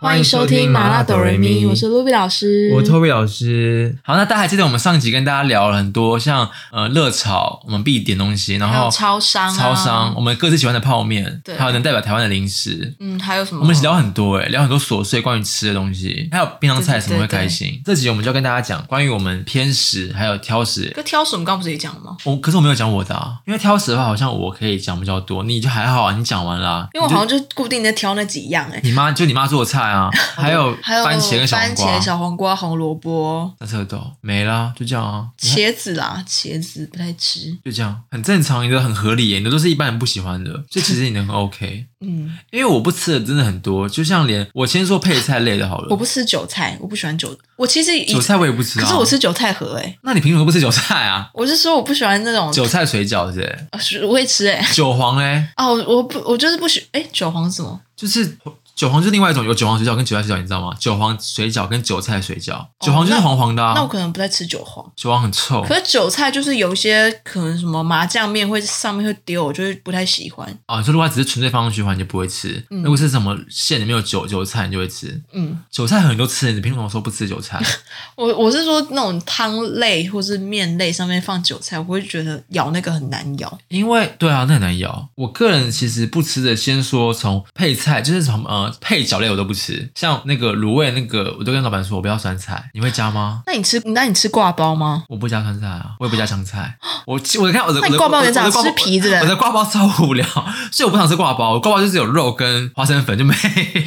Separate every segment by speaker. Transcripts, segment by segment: Speaker 1: 欢迎收听麻辣哆瑞咪，我是露比老师，
Speaker 2: 我 Toby 老师。好，那大家还记得我们上集跟大家聊了很多像呃热炒，我们必点东西，然
Speaker 1: 还有
Speaker 2: 后
Speaker 1: 超商、啊，
Speaker 2: 超商，我，们各自喜欢的泡面，
Speaker 1: 对
Speaker 2: 还有能代表台湾的零食。
Speaker 1: 嗯，还有什么？
Speaker 2: 我们一起聊很多欸诶、聊很多琐碎关于吃的东西，还有平常菜什么会开心。这集我们就要跟大家讲关于我们偏食还有挑食。
Speaker 1: 就挑什么？刚不是也讲了吗？
Speaker 2: 我可是我没有讲我的、啊，因为挑食的话好像我可以讲比较多，你就还好啊，你讲完啦、
Speaker 1: 因为我
Speaker 2: 你就
Speaker 1: 好像就固定在挑那几样哎、
Speaker 2: 你妈就你妈做的菜 啊，还有
Speaker 1: 还有
Speaker 2: 番茄跟小黄
Speaker 1: 番
Speaker 2: 瓜
Speaker 1: 茄、、小黄瓜、红萝卜、
Speaker 2: 大豆豆没啦，就这样啊。你看
Speaker 1: 茄子啦，茄子不太吃。
Speaker 2: 就这样，很正常，你的很合理耶，你的都是一般人不喜欢的，所以其实你的很 OK。
Speaker 1: 嗯，
Speaker 2: 因为我不吃的真的很多，就像连我先说配菜类的好了，
Speaker 1: 我不吃韭菜，我不喜欢韭。我其实以
Speaker 2: 韭菜我也不吃、啊，
Speaker 1: 可是我吃，韭菜盒哎、
Speaker 2: 那你凭什么不吃韭菜啊？
Speaker 1: 我是说我不喜欢那种
Speaker 2: 韭菜水饺是不是？
Speaker 1: 啊是我会吃哎、
Speaker 2: 韭黄嘞，
Speaker 1: 哦，我我不我就是不喜哎韭黄是什么？
Speaker 2: 就是韭黄就是另外一种，有韭黄水饺跟韭菜水饺，你知道吗？韭黄水饺跟韭菜水饺，韭黄就是
Speaker 1: 那
Speaker 2: 黄黄的、啊，
Speaker 1: 哦那我可能不太吃韭黄。
Speaker 2: 韭黄很臭
Speaker 1: 可是韭菜就是有一些可能什么麻酱面会上面会丢，我就是不太喜欢。
Speaker 2: 啊。你说如果它只是纯粹放上去的话，你就不会吃；
Speaker 1: 嗯
Speaker 2: 如果是什么馅里面有韭韭菜，你就会吃。
Speaker 1: 嗯，
Speaker 2: 韭菜很多吃，你凭什么说不吃韭菜？
Speaker 1: 我我是说那种汤类或是面类上面放韭菜，我会觉得咬那个很难咬。
Speaker 2: 因为对啊，那很难咬。我个人其实不吃的，先说从配菜，就是从呃配角类我都不吃，像那个卤味那个，我都跟老板说我不要酸菜，你会加吗？
Speaker 1: 那你吃那你吃挂包吗？
Speaker 2: 我不加酸菜啊，我也不加香 菜。我其我看我的我
Speaker 1: 那你
Speaker 2: 的
Speaker 1: 挂包
Speaker 2: 我
Speaker 1: 也
Speaker 2: 的
Speaker 1: 长
Speaker 2: 我的挂
Speaker 1: 吃
Speaker 2: 包
Speaker 1: 皮子
Speaker 2: 我
Speaker 1: 的，
Speaker 2: 的挂包超无聊，所以我不想吃挂包。我挂包就是有肉跟花生粉就没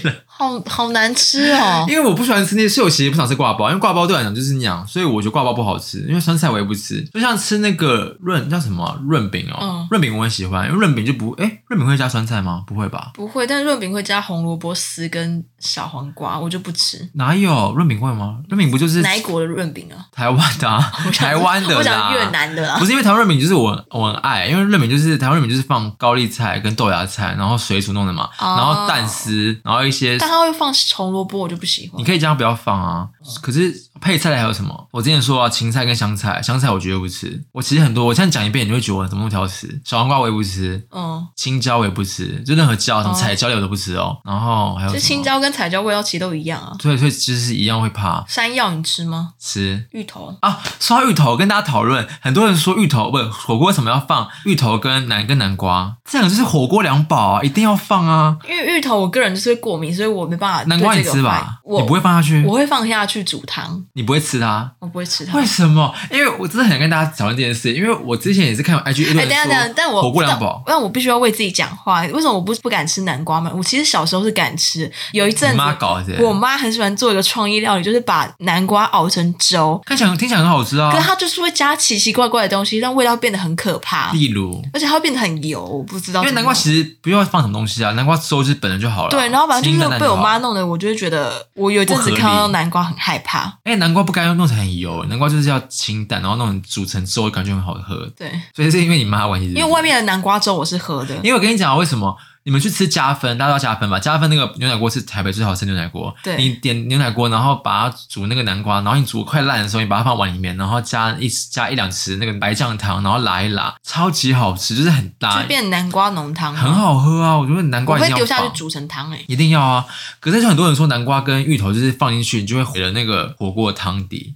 Speaker 2: 了，
Speaker 1: 好好难吃哦
Speaker 2: 因。为我不喜欢吃那些，所以我其实不想吃挂包，因为挂包对我来讲就是那样，所以我觉得挂包不好吃。因为酸菜我也不吃，就像吃那个润叫什么啊润饼哦
Speaker 1: 嗯，
Speaker 2: 润饼我很喜欢，因为润饼就不哎润饼会加酸菜吗？不会吧？
Speaker 1: 不会，但润饼会加红萝卜丝跟小黄瓜，我就不吃。
Speaker 2: 哪有润饼会吗？润饼不就是
Speaker 1: 哪一国的润 饼啊？
Speaker 2: 台湾的、啊
Speaker 1: 我，想
Speaker 2: 台湾的
Speaker 1: 我
Speaker 2: 啦
Speaker 1: 想，越南的啦
Speaker 2: 不。是因为台湾润饼就是我我很爱，因为润饼就是台湾润饼就是放高丽菜跟豆芽菜，然后水煮弄的嘛，
Speaker 1: 哦
Speaker 2: 然后蛋丝，然后一些
Speaker 1: 但它会放红萝卜，我就不喜欢
Speaker 2: 你。可以这样不要放啊。
Speaker 1: 嗯
Speaker 2: 可是配菜的还有什么？我之前说啊，芹菜跟香菜，香菜我绝对不吃。我其实很多，我现在讲一遍你就会觉得我怎么那么挑食。小黄瓜我也不吃，
Speaker 1: 嗯，
Speaker 2: 青椒我也不吃，就任何椒什么
Speaker 1: 哦
Speaker 2: 彩椒类我都不吃哦。然后还有什么
Speaker 1: 就青，椒跟彩椒味道其实都一样啊。
Speaker 2: 对，所以就是一样会怕
Speaker 1: 山药你吃吗？
Speaker 2: 吃。
Speaker 1: 芋头
Speaker 2: 啊，说到芋头，跟大家讨论，很多人说芋头不火锅为什么要放芋头跟南跟南瓜？这两个就是火锅两宝啊，一定要放啊！
Speaker 1: 因为芋头我个人就是会过敏，所以我没办法对
Speaker 2: 南
Speaker 1: 这个
Speaker 2: 瓜
Speaker 1: 有
Speaker 2: 你
Speaker 1: 害。
Speaker 2: 吃吧，
Speaker 1: 我
Speaker 2: 你不会放下去
Speaker 1: 我，会放下去煮汤，
Speaker 2: 你不会吃它，
Speaker 1: 我不会吃 它。
Speaker 2: 为什么？因为我真的很想跟大家讨论这件事，因为我之前也是看 IG
Speaker 1: 哎、
Speaker 2: 论
Speaker 1: 等一下等一下，
Speaker 2: 说
Speaker 1: 但我
Speaker 2: 火锅两宝，
Speaker 1: 但但我必须要为自己讲话。为什么我不不敢吃南瓜嘛？我其实小时候是敢吃，有一阵
Speaker 2: 你
Speaker 1: 子
Speaker 2: 妈搞的，
Speaker 1: 我妈很喜欢做一个创意料理，就是把南瓜熬成粥，
Speaker 2: 看起来听起来很好吃啊
Speaker 1: 可，是它就是会加奇奇怪怪的东西，让味道变得很可怕，
Speaker 2: 例如。
Speaker 1: 而且它会变得很油，我不知道
Speaker 2: 因
Speaker 1: 怎么弄。
Speaker 2: 为南瓜其实不用放什么东西啊，南瓜粥就是本来就好了。啊
Speaker 1: 对，然后反正
Speaker 2: 清
Speaker 1: 就
Speaker 2: 淡
Speaker 1: 是
Speaker 2: 淡
Speaker 1: 被我
Speaker 2: 好
Speaker 1: 妈弄的，我就会觉得我有一阵子
Speaker 2: 不合理
Speaker 1: 看到南瓜很害怕。
Speaker 2: 哎、南瓜不该弄成很油，南瓜就是要清淡，然后弄成煮成粥，感觉很好喝。
Speaker 1: 对，
Speaker 2: 所以是因为你妈的关系是不
Speaker 1: 因
Speaker 2: 是，
Speaker 1: 为外面的南瓜粥我是喝的，
Speaker 2: 因为我跟你讲为什么你们去吃加分，大家都要加分吧？加分那个牛奶锅是台北最好吃的牛奶锅，
Speaker 1: 对
Speaker 2: 你点牛奶锅，然后把它煮那个南瓜，然后你煮快烂的时候，你把它放碗里面，然后加一加一两匙那个白酱糖，然后拉一拉，超级好吃，就是很搭
Speaker 1: 就，变南瓜浓汤，
Speaker 2: 很，好喝啊！我觉得南
Speaker 1: 我
Speaker 2: 瓜一
Speaker 1: 会
Speaker 2: 定要
Speaker 1: 丢下去
Speaker 2: 放。
Speaker 1: 煮成汤诶、欸
Speaker 2: 一定要啊！可是就很多人说南瓜跟芋头就是放进去，你就会毁了那个火锅的汤底。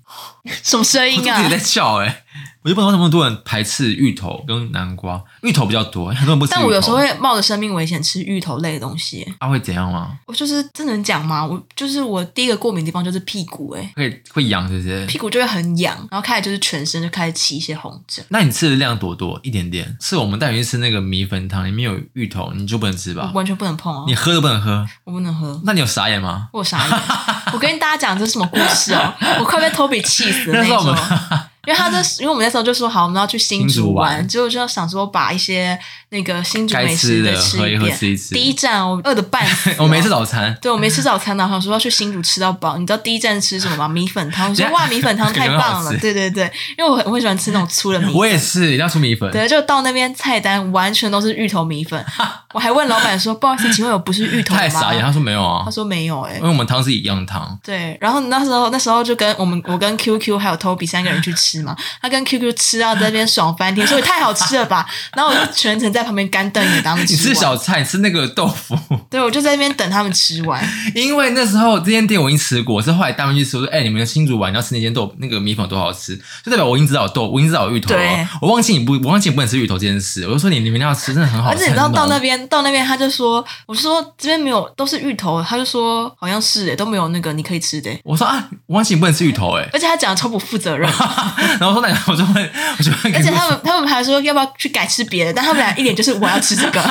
Speaker 1: 什么声
Speaker 2: 我
Speaker 1: 音
Speaker 2: 自
Speaker 1: 啊
Speaker 2: 己？在笑哎、 我就不懂为什么那么多人排斥芋头跟南瓜，芋头比较多，很多人不吃芋头。
Speaker 1: 但我有时候会冒着生命危险吃芋头类的东西耶、
Speaker 2: 啊会怎样吗？
Speaker 1: 我就是这能讲吗？我就是我第一个过敏的地方就是屁股、诶，
Speaker 2: 会会痒是不是？
Speaker 1: 屁股就会很痒，然后开始就是全身就开始起一些红疹。
Speaker 2: 那你吃的量多多一点点，是我们带你去吃那个米粉汤，里面有芋头，你就不能吃
Speaker 1: 我
Speaker 2: 吧？
Speaker 1: 完全不能碰哦
Speaker 2: 啊你，喝都不能喝，
Speaker 1: 我不能喝，
Speaker 2: 那你有傻眼吗？
Speaker 1: 我有傻眼。 我跟大家讲这是什么故事哦，我快被 Toby 气死了
Speaker 2: 那
Speaker 1: 那一
Speaker 2: 时候我
Speaker 1: 种
Speaker 2: 们。
Speaker 1: 因为他那时，因为我们那时候就说好，我们要去新
Speaker 2: 新
Speaker 1: 竹
Speaker 2: 竹玩
Speaker 1: 玩，结果就想说把一些那个新竹
Speaker 2: 该
Speaker 1: 美食
Speaker 2: 吃
Speaker 1: 再
Speaker 2: 的
Speaker 1: 吃
Speaker 2: 喝一喝，
Speaker 1: 遍。
Speaker 2: 吃一吃。，
Speaker 1: 第一站我饿的半死
Speaker 2: 我没吃
Speaker 1: 早，
Speaker 2: 早餐，
Speaker 1: 对我没吃早餐啊 呢，我想说要去新竹吃到饱。你知道第一站吃什么吗？米粉汤。我说
Speaker 2: 等一下
Speaker 1: 哇，米粉汤太
Speaker 2: 感觉
Speaker 1: 棒
Speaker 2: 很好
Speaker 1: 了，
Speaker 2: 吃
Speaker 1: 对对对，因为我很我很 喜欢吃那种粗的米粉。
Speaker 2: 我也是，一定要出米粉。
Speaker 1: 对，就到那边菜单完全都是芋头米粉，我还问老板说：“不好意思，请问有不是芋头吗
Speaker 2: 太傻眼，？”他说没有啊
Speaker 1: 他，说没有、欸，
Speaker 2: 因为我们汤是一样的汤，
Speaker 1: 对，然后那时候那时候就跟我们我跟 QQ 还有 Toby 三个人去吃嘛，他跟 QQ 吃到在那边爽翻天，说也太好吃了 吧，然后我就全程在旁边干瞪眼当他们
Speaker 2: 你
Speaker 1: 吃
Speaker 2: 吃
Speaker 1: 完，
Speaker 2: 小菜，你吃那个豆腐，
Speaker 1: 对我就在那边等他们吃完，
Speaker 2: 因为那时候这间店我已经吃过，是后来他们去吃，我说：“哎、你们新竹玩，你要吃那间豆那个米粉多好吃。”就代表我已经知道有豆，我已经知道有芋头
Speaker 1: 对
Speaker 2: 了。我忘记你不，我忘记你不能吃芋头这件事。我就说你你们要吃，真的很好
Speaker 1: 而
Speaker 2: 吃。
Speaker 1: 且你知道
Speaker 2: 很浓
Speaker 1: 到那边到那边他就说，我说这边没有都是芋头，他就说好像是诶、欸都没有那个你可以吃的、欸
Speaker 2: 我说啊，我忘记你不能吃芋头哎、
Speaker 1: 而且他讲的超不负责 任，
Speaker 2: 然后我说那我就问，我就问，
Speaker 1: 而且他们他们还说要不要去改吃别的，但他们俩一脸就是我要吃这 个，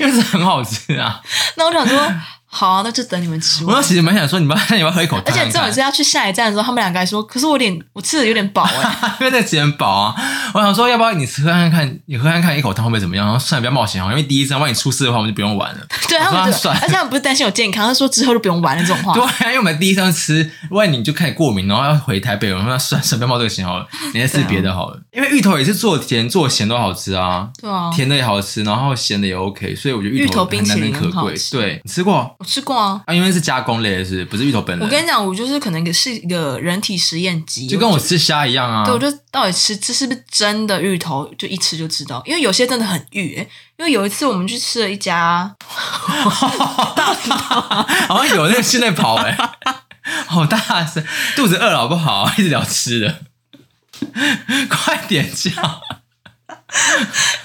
Speaker 2: 因为是很好吃啊。
Speaker 1: 那我就想说好啊、那就等你们吃
Speaker 2: 我
Speaker 1: 完
Speaker 2: 当。时其实蛮想说，你们你们要喝一口啊
Speaker 1: 而
Speaker 2: 看
Speaker 1: 且
Speaker 2: 看
Speaker 1: 这种
Speaker 2: 看，
Speaker 1: 是要去下一站的时候，他们两个还说：“可是我有点，我吃的有点饱哎、
Speaker 2: 因为那几很饱啊。我想说，要不要你吃喝看看，你喝看看一口汤会不会怎么样？然后算了，不要冒险哦好了，因为第一站万一出事的话，我们就不用玩了。
Speaker 1: 对他
Speaker 2: 我
Speaker 1: 们
Speaker 2: 说
Speaker 1: 就
Speaker 2: 算了
Speaker 1: 而且他们不是担心我健康，他说之后就不用玩了这种话。
Speaker 2: 对啊，因为我们第一餐吃，万一你就开始过敏，然后要回台北，我说那算算，不要冒这个险 好了，你再
Speaker 1: 啊
Speaker 2: 吃别的好了。因为芋头也是做甜做咸都好吃啊，
Speaker 1: 对啊，
Speaker 2: 甜的也好吃，然后咸的也 OK，所以我觉得芋
Speaker 1: 芋头冰
Speaker 2: 很难
Speaker 1: 淇
Speaker 2: 能
Speaker 1: 淋
Speaker 2: 可
Speaker 1: 很好
Speaker 2: 贵。
Speaker 1: 吃
Speaker 2: 对，你吃过
Speaker 1: 我吃过啊。
Speaker 2: 啊？因为是加工类的是不是，不是芋头本人。
Speaker 1: 我跟你讲，我就是可能是一个人体实验机，
Speaker 2: 就跟我吃虾一样啊
Speaker 1: 对，，我就到底吃这是不是真的芋头，就一吃就知道，因为有些真的很芋、欸。因为有一次我们去吃了一家，
Speaker 2: 好像有那个室内跑 哎、好大声，肚子饿了好不好？一直聊吃的，快点叫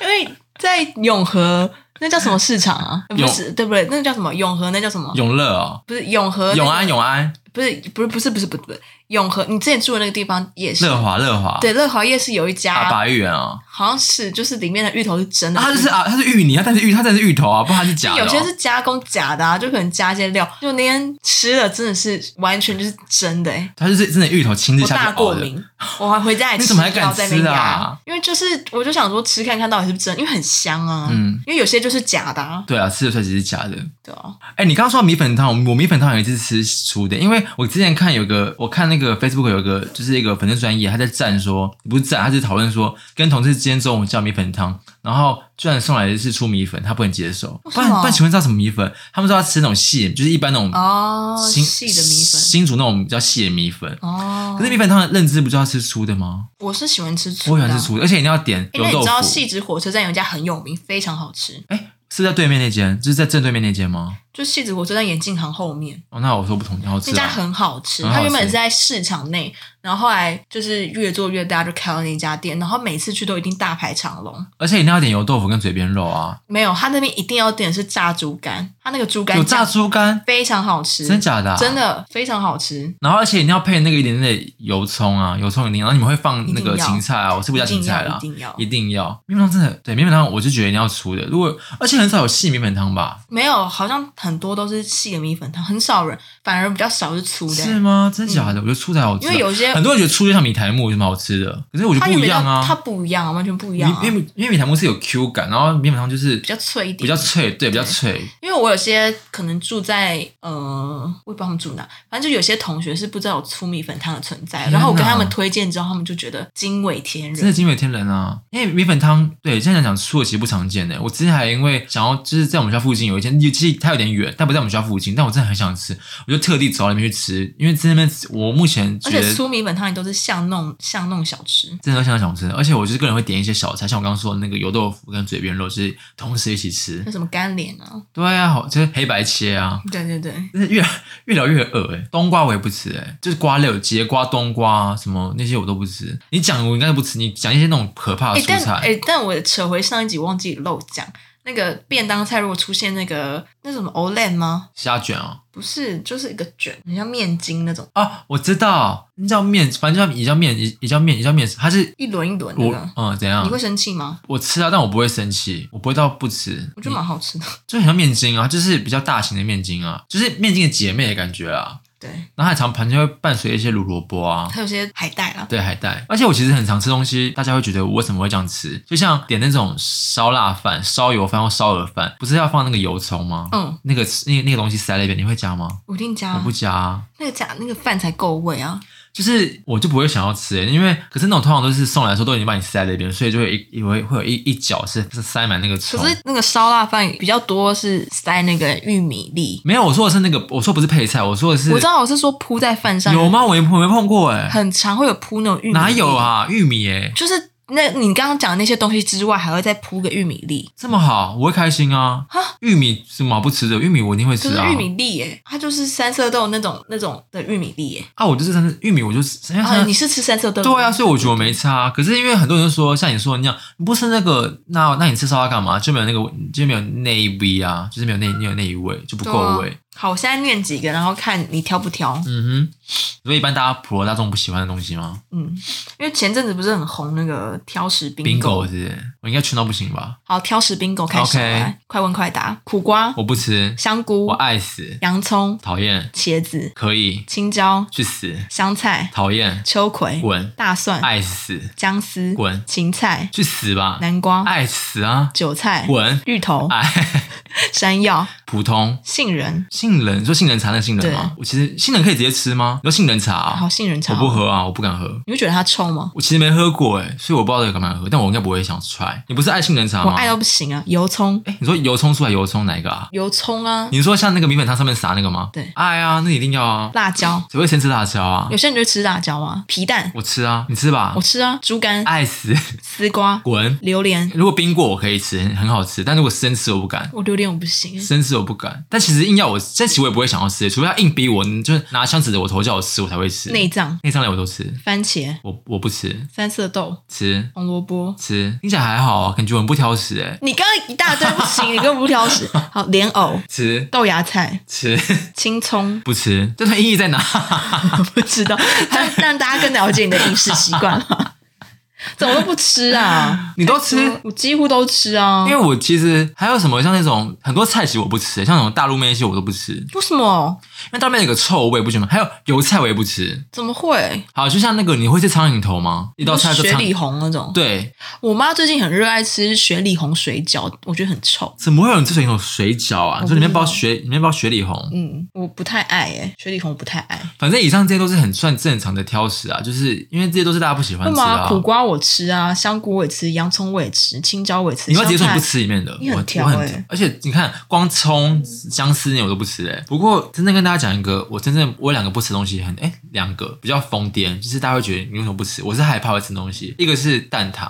Speaker 1: 因为在永和那叫什么市场啊？呃
Speaker 2: 永
Speaker 1: 不是，对不对？那叫什么永和？那叫什么？
Speaker 2: 永乐哦，
Speaker 1: 不是永和那个
Speaker 2: 永安永安，
Speaker 1: 不是不是不是不是不是不是永和，你之前住的那个地方也是
Speaker 2: 乐华乐华，
Speaker 1: 对乐华夜市有一
Speaker 2: 大
Speaker 1: 家，
Speaker 2: 白芋圆哦。
Speaker 1: 好像是就是里面的芋头是真的，
Speaker 2: 啊，它就是啊，它是芋泥，它但是芋，它但是芋头啊，不然它是假的、
Speaker 1: 有些是加工假的啊，就可能加一些料。就那天吃了，真的是完全就是真的、欸，
Speaker 2: 它就是真的芋头亲自
Speaker 1: 我
Speaker 2: 下
Speaker 1: 大
Speaker 2: 去熬
Speaker 1: 过
Speaker 2: 的。
Speaker 1: 敏，我还回家还吃，
Speaker 2: 你怎么还敢
Speaker 1: 然后在那边
Speaker 2: 吃啊
Speaker 1: 压因为就是我就想说吃看看到底是不是真的，因为很香啊，
Speaker 2: 嗯，
Speaker 1: 因为有些就是假的、啊，
Speaker 2: 对啊，吃的出来其实是假的。
Speaker 1: 对啊，
Speaker 2: 哎、你刚刚说到米粉汤，我我米粉汤有一次吃粗的，因为我之前看有个，我看那个 Facebook 有个就是一个粉丝专业，他在赞说，不是赞，他是讨论说跟同事之间中午叫米粉汤，然后居然送来的是粗米粉，他不能接受。
Speaker 1: 为
Speaker 2: 不
Speaker 1: 什
Speaker 2: 然
Speaker 1: 么
Speaker 2: 不然，请问知道什么米粉？他们说要吃那种细，就是一般那种
Speaker 1: 哦，
Speaker 2: 新、
Speaker 1: 细的米粉，
Speaker 2: 新竹那种比较细的米粉。
Speaker 1: 哦
Speaker 2: 可，是米粉汤的认知不就要吃粗的吗？
Speaker 1: 我是喜欢吃
Speaker 2: 我
Speaker 1: 粗
Speaker 2: 喜
Speaker 1: 的
Speaker 2: 欢
Speaker 1: 啊，
Speaker 2: 吃粗的，而且一定要点
Speaker 1: 哎
Speaker 2: 油
Speaker 1: 那你
Speaker 2: 豆
Speaker 1: 知
Speaker 2: 腐。
Speaker 1: 道细子火车站有一家很有名，非常好吃，
Speaker 2: 哎，是在对面那间，就是在正对面那间吗？
Speaker 1: 就细子火车站眼镜行后面
Speaker 2: 哦，那我说不同，然后吃
Speaker 1: 那家
Speaker 2: 啊。
Speaker 1: 很好吃。
Speaker 2: 很好吃
Speaker 1: 它原本是在市场内，然后后来就是越做越大，就开了那家店。然后每次去都一定大排长龙。
Speaker 2: 而且一定要点油豆腐跟嘴边肉啊，
Speaker 1: 没有，他那边一定要点的是炸猪肝，他那个猪肝
Speaker 2: 有炸
Speaker 1: 酱
Speaker 2: 猪肝，
Speaker 1: 非常好吃，
Speaker 2: 真假的、啊？
Speaker 1: 真。的非常好吃。
Speaker 2: 然后而且一定要配那个一点点的油葱啊，油葱一定要，然后你们会放那个
Speaker 1: 一定要
Speaker 2: 芹菜啊，我是不加芹菜啦
Speaker 1: 一，定要，一定
Speaker 2: 一
Speaker 1: 要
Speaker 2: 定要。米粉汤真的对米粉汤，我就觉得一定要出的。如果而且很少有细米粉汤吧？
Speaker 1: 没有，好像很多都是细的米粉汤，很少人，反而比较少是粗
Speaker 2: 是
Speaker 1: 的。嗯
Speaker 2: 吗？真假的？我觉得出才好吃啊、
Speaker 1: 因为有些
Speaker 2: 很多人觉得出就像米苔木是蛮好吃的，可是我觉得
Speaker 1: 它
Speaker 2: 不
Speaker 1: 原
Speaker 2: 一
Speaker 1: 本
Speaker 2: 样
Speaker 1: 就它
Speaker 2: 啊。
Speaker 1: 不一样，完全不一
Speaker 2: 因
Speaker 1: 样啊、
Speaker 2: 为因为因为米苔木是有 Q 感，然后米粉汤就是
Speaker 1: 比较脆一点，
Speaker 2: 比较脆，对，比较脆。
Speaker 1: 因为我有些可能住在呃，我也不知道他们住哪，反正就有些同学是不知道有粗米粉汤的存在，
Speaker 2: 天哪
Speaker 1: 然后我跟他们推荐之后，他们就觉得惊为天
Speaker 2: 真
Speaker 1: 人
Speaker 2: 的。惊为天人啊！因为米粉汤，对，现在讲出的其实不常见的。我之前还因为想要，就是在我们家附近有一间，其实它有点远，但不在我们家附近，但我真的很想吃，我就特地走到那边去吃，因为在那边我目前
Speaker 1: 而
Speaker 2: 觉
Speaker 1: 且
Speaker 2: 得
Speaker 1: 粗米粉汤也都是巷弄巷弄小吃，
Speaker 2: 真的相当想吃，而且我就是个人会点一些小菜，像我刚刚说的那个油豆腐跟嘴边肉，就是同时一起吃
Speaker 1: 那。什么干莲啊，
Speaker 2: 对啊，好，就是黑白切啊，
Speaker 1: 对对对，
Speaker 2: 真的越越聊越饿哎、冬瓜我也不吃哎、就是瓜类有节瓜、冬瓜啊什么那些我都不吃。你讲我应该不吃，你讲一些那种可怕的
Speaker 1: 哎、
Speaker 2: 啊蔬
Speaker 1: 但
Speaker 2: 菜。
Speaker 1: 哎、但我扯回上一集忘记漏讲，那个便当菜如果出现那个那什么 Olan 吗？
Speaker 2: 虾卷啊，
Speaker 1: 不是，就是一个卷，很像面筋那种，
Speaker 2: 啊，我知道，那叫面，反正叫也叫面，也也叫面，也叫面食。它是
Speaker 1: 一轮一轮
Speaker 2: 我
Speaker 1: 的。
Speaker 2: 嗯怎
Speaker 1: 你
Speaker 2: 样
Speaker 1: 会？生气吗？
Speaker 2: 我吃啊，但我不会生气，我不会到不吃
Speaker 1: 我。觉得蛮好吃的。
Speaker 2: 就很像面筋啊，就是比较大型的面筋啊，就是面筋的姐妹的感觉啊。
Speaker 1: 对，
Speaker 2: 然后它常盘就会伴随一些卤萝卜啊，
Speaker 1: 还有些海带啦，
Speaker 2: 对海带。而且我其实很常吃东西，大家会觉得我为什么会这样吃？就像点那种烧腊饭、烧油饭或烧鹅饭，不是要放那个油葱吗？
Speaker 1: 嗯，
Speaker 2: 那个那那个东西塞在那边，你会加吗？
Speaker 1: 我一定加。
Speaker 2: 我不加、啊。
Speaker 1: 那个假那个饭才够味啊！
Speaker 2: 就是我就不会想要吃、欸因为可是那种通常都是送来的时候都已经把你塞在那边，所以就会一会会有一一角是是塞满那个葱
Speaker 1: 可。是那个烧腊饭比较多是塞那个玉米粒，
Speaker 2: 没有，我说的是那个，我说不是配菜，我说的是
Speaker 1: 我知道我是说铺在饭上
Speaker 2: 有？吗？我没我没碰过哎、
Speaker 1: 很常会有铺那种玉米，
Speaker 2: 哪有？啊？玉米哎、
Speaker 1: 就是那你刚刚讲的那些东西之外，还会再铺个玉米粒，
Speaker 2: 这么好，我会开心啊！玉米什么好不吃的？玉米我一定会
Speaker 1: 就
Speaker 2: 吃
Speaker 1: 是
Speaker 2: 啊！
Speaker 1: 玉米粒耶、它就是三色豆那种那种的玉米粒耶、
Speaker 2: 啊，我就是真的玉米，我就是因为它
Speaker 1: 啊，你是吃三色豆？
Speaker 2: 嗯对啊，，所以我觉得我没差。可是因为很多人就说，像你说的那样，你不吃那个，那那你吃烧腊干嘛？就没有那个，就没有那一味啊，就是没有那没有那一味，就不
Speaker 1: 对
Speaker 2: 够
Speaker 1: 啊
Speaker 2: 味。。
Speaker 1: 好，我现在念几个，然后看你挑不挑。
Speaker 2: 嗯哼，所以一般大家普罗大众不喜欢的东西吗？
Speaker 1: 嗯，因为前阵子不是很红那个挑食
Speaker 2: 冰
Speaker 1: 冰狗，
Speaker 2: 狗是不是，我应该全到不行吧？
Speaker 1: 好，挑食冰狗开始
Speaker 2: OK
Speaker 1: 来快问快答：苦瓜、
Speaker 2: 我不吃，
Speaker 1: 香菇
Speaker 2: 我、爱死，
Speaker 1: 洋葱、
Speaker 2: 讨厌，
Speaker 1: 茄子、
Speaker 2: 可以
Speaker 1: 青椒、
Speaker 2: 去死，
Speaker 1: 香菜、
Speaker 2: 讨厌，
Speaker 1: 秋葵、
Speaker 2: 滚，
Speaker 1: 大蒜、
Speaker 2: 爱死，
Speaker 1: 姜丝、
Speaker 2: 滚
Speaker 1: 芹菜、
Speaker 2: 去死吧，
Speaker 1: 南瓜、
Speaker 2: 爱死啊，
Speaker 1: 韭菜、
Speaker 2: 滚，
Speaker 1: 芋 头、
Speaker 2: 哎，
Speaker 1: 山药、
Speaker 2: 普通。
Speaker 1: 杏仁，
Speaker 2: 杏仁，你说杏仁茶那个杏仁吗？我其实杏仁可以直接吃吗？你说杏仁茶啊、
Speaker 1: 然后杏仁
Speaker 2: 我
Speaker 1: 茶。
Speaker 2: 不喝啊，我不敢喝。
Speaker 1: 你会觉得它臭吗？
Speaker 2: 我其实没喝过哎，所以我不知道这个敢不敢喝，但我应该不会想 try。你不是爱杏仁茶
Speaker 1: 我
Speaker 2: 吗？
Speaker 1: 爱到不行啊！油葱，
Speaker 2: 哎，你说油葱酥还是油葱哪一个啊？
Speaker 1: 油葱啊，
Speaker 2: 你说像那个米粉汤上面撒那个吗？
Speaker 1: 对
Speaker 2: 爱啊，那一定要啊。
Speaker 1: 辣椒，
Speaker 2: 谁会先吃辣椒啊
Speaker 1: 有？些人就会吃辣椒啊，皮蛋
Speaker 2: 我吃啊，你吃吧
Speaker 1: 我。吃啊，猪肝、
Speaker 2: 爱死，
Speaker 1: 丝瓜、
Speaker 2: 滚！
Speaker 1: 榴莲，
Speaker 2: 如果冰过我可以吃，很很好吃，但如果生吃我不敢。
Speaker 1: 我榴莲我不行，
Speaker 2: 生吃我不敢，但其实硬要我，但其实我也不会想要吃，除非他硬逼我，就是拿枪指着我头叫我吃，我才会吃。
Speaker 1: 内脏、
Speaker 2: 内脏类我都吃，
Speaker 1: 番茄、
Speaker 2: 我我不吃，
Speaker 1: 三色豆、
Speaker 2: 吃
Speaker 1: 红萝卜。
Speaker 2: 吃，听起来还好啊，感觉我很不挑食哎、
Speaker 1: 你刚刚一大堆 不行，你根本不挑食。好，莲藕、
Speaker 2: 吃
Speaker 1: 豆芽菜、
Speaker 2: 吃
Speaker 1: 青葱，
Speaker 2: 不吃，这段意义在哪？
Speaker 1: 不知道，让让大家更了解你的饮食习惯嘛。 怎么都不吃啊？
Speaker 2: 你都吃。
Speaker 1: 我几乎都吃啊
Speaker 2: 因。为我其实还有什么像那种很多菜其实我不吃，像那种大陆面那些我都不吃，因
Speaker 1: 为什么？
Speaker 2: 为大陆面有个臭味不喜欢，还有油菜我也不吃。
Speaker 1: 怎么会？
Speaker 2: 好，就像那个你会吃苍蝇头吗？一道菜就
Speaker 1: 嗯雪
Speaker 2: 苍
Speaker 1: 里红那种。
Speaker 2: 对，
Speaker 1: 我妈最近很热爱吃雪里红水饺，我觉得很臭。
Speaker 2: 怎么会有人吃水有水饺啊？
Speaker 1: 我
Speaker 2: 你
Speaker 1: 不知道
Speaker 2: 说里面包雪里面包雪里红，
Speaker 1: 嗯，我不太爱诶、雪里红我不太爱。
Speaker 2: 反正以上这些都是很算正常的挑食啊，就是因为这些都是大家不喜欢
Speaker 1: 干
Speaker 2: 吃的、
Speaker 1: 嘛？
Speaker 2: 啊
Speaker 1: 苦。瓜我吃啊，香菇我也吃，洋葱我也吃，青椒我也吃。
Speaker 2: 你会直接说你不
Speaker 1: 香
Speaker 2: 吃里面的，
Speaker 1: 你很
Speaker 2: 我
Speaker 1: 挑
Speaker 2: 我很
Speaker 1: 欸
Speaker 2: 挑而且你看，光葱、姜丝那我都不吃哎、不过真正跟大家讲一个，我真正我有两个不吃东西很哎、两个比较疯癫，就是大家会觉得你为什么不吃？我是害怕会吃东西。一个是蛋挞，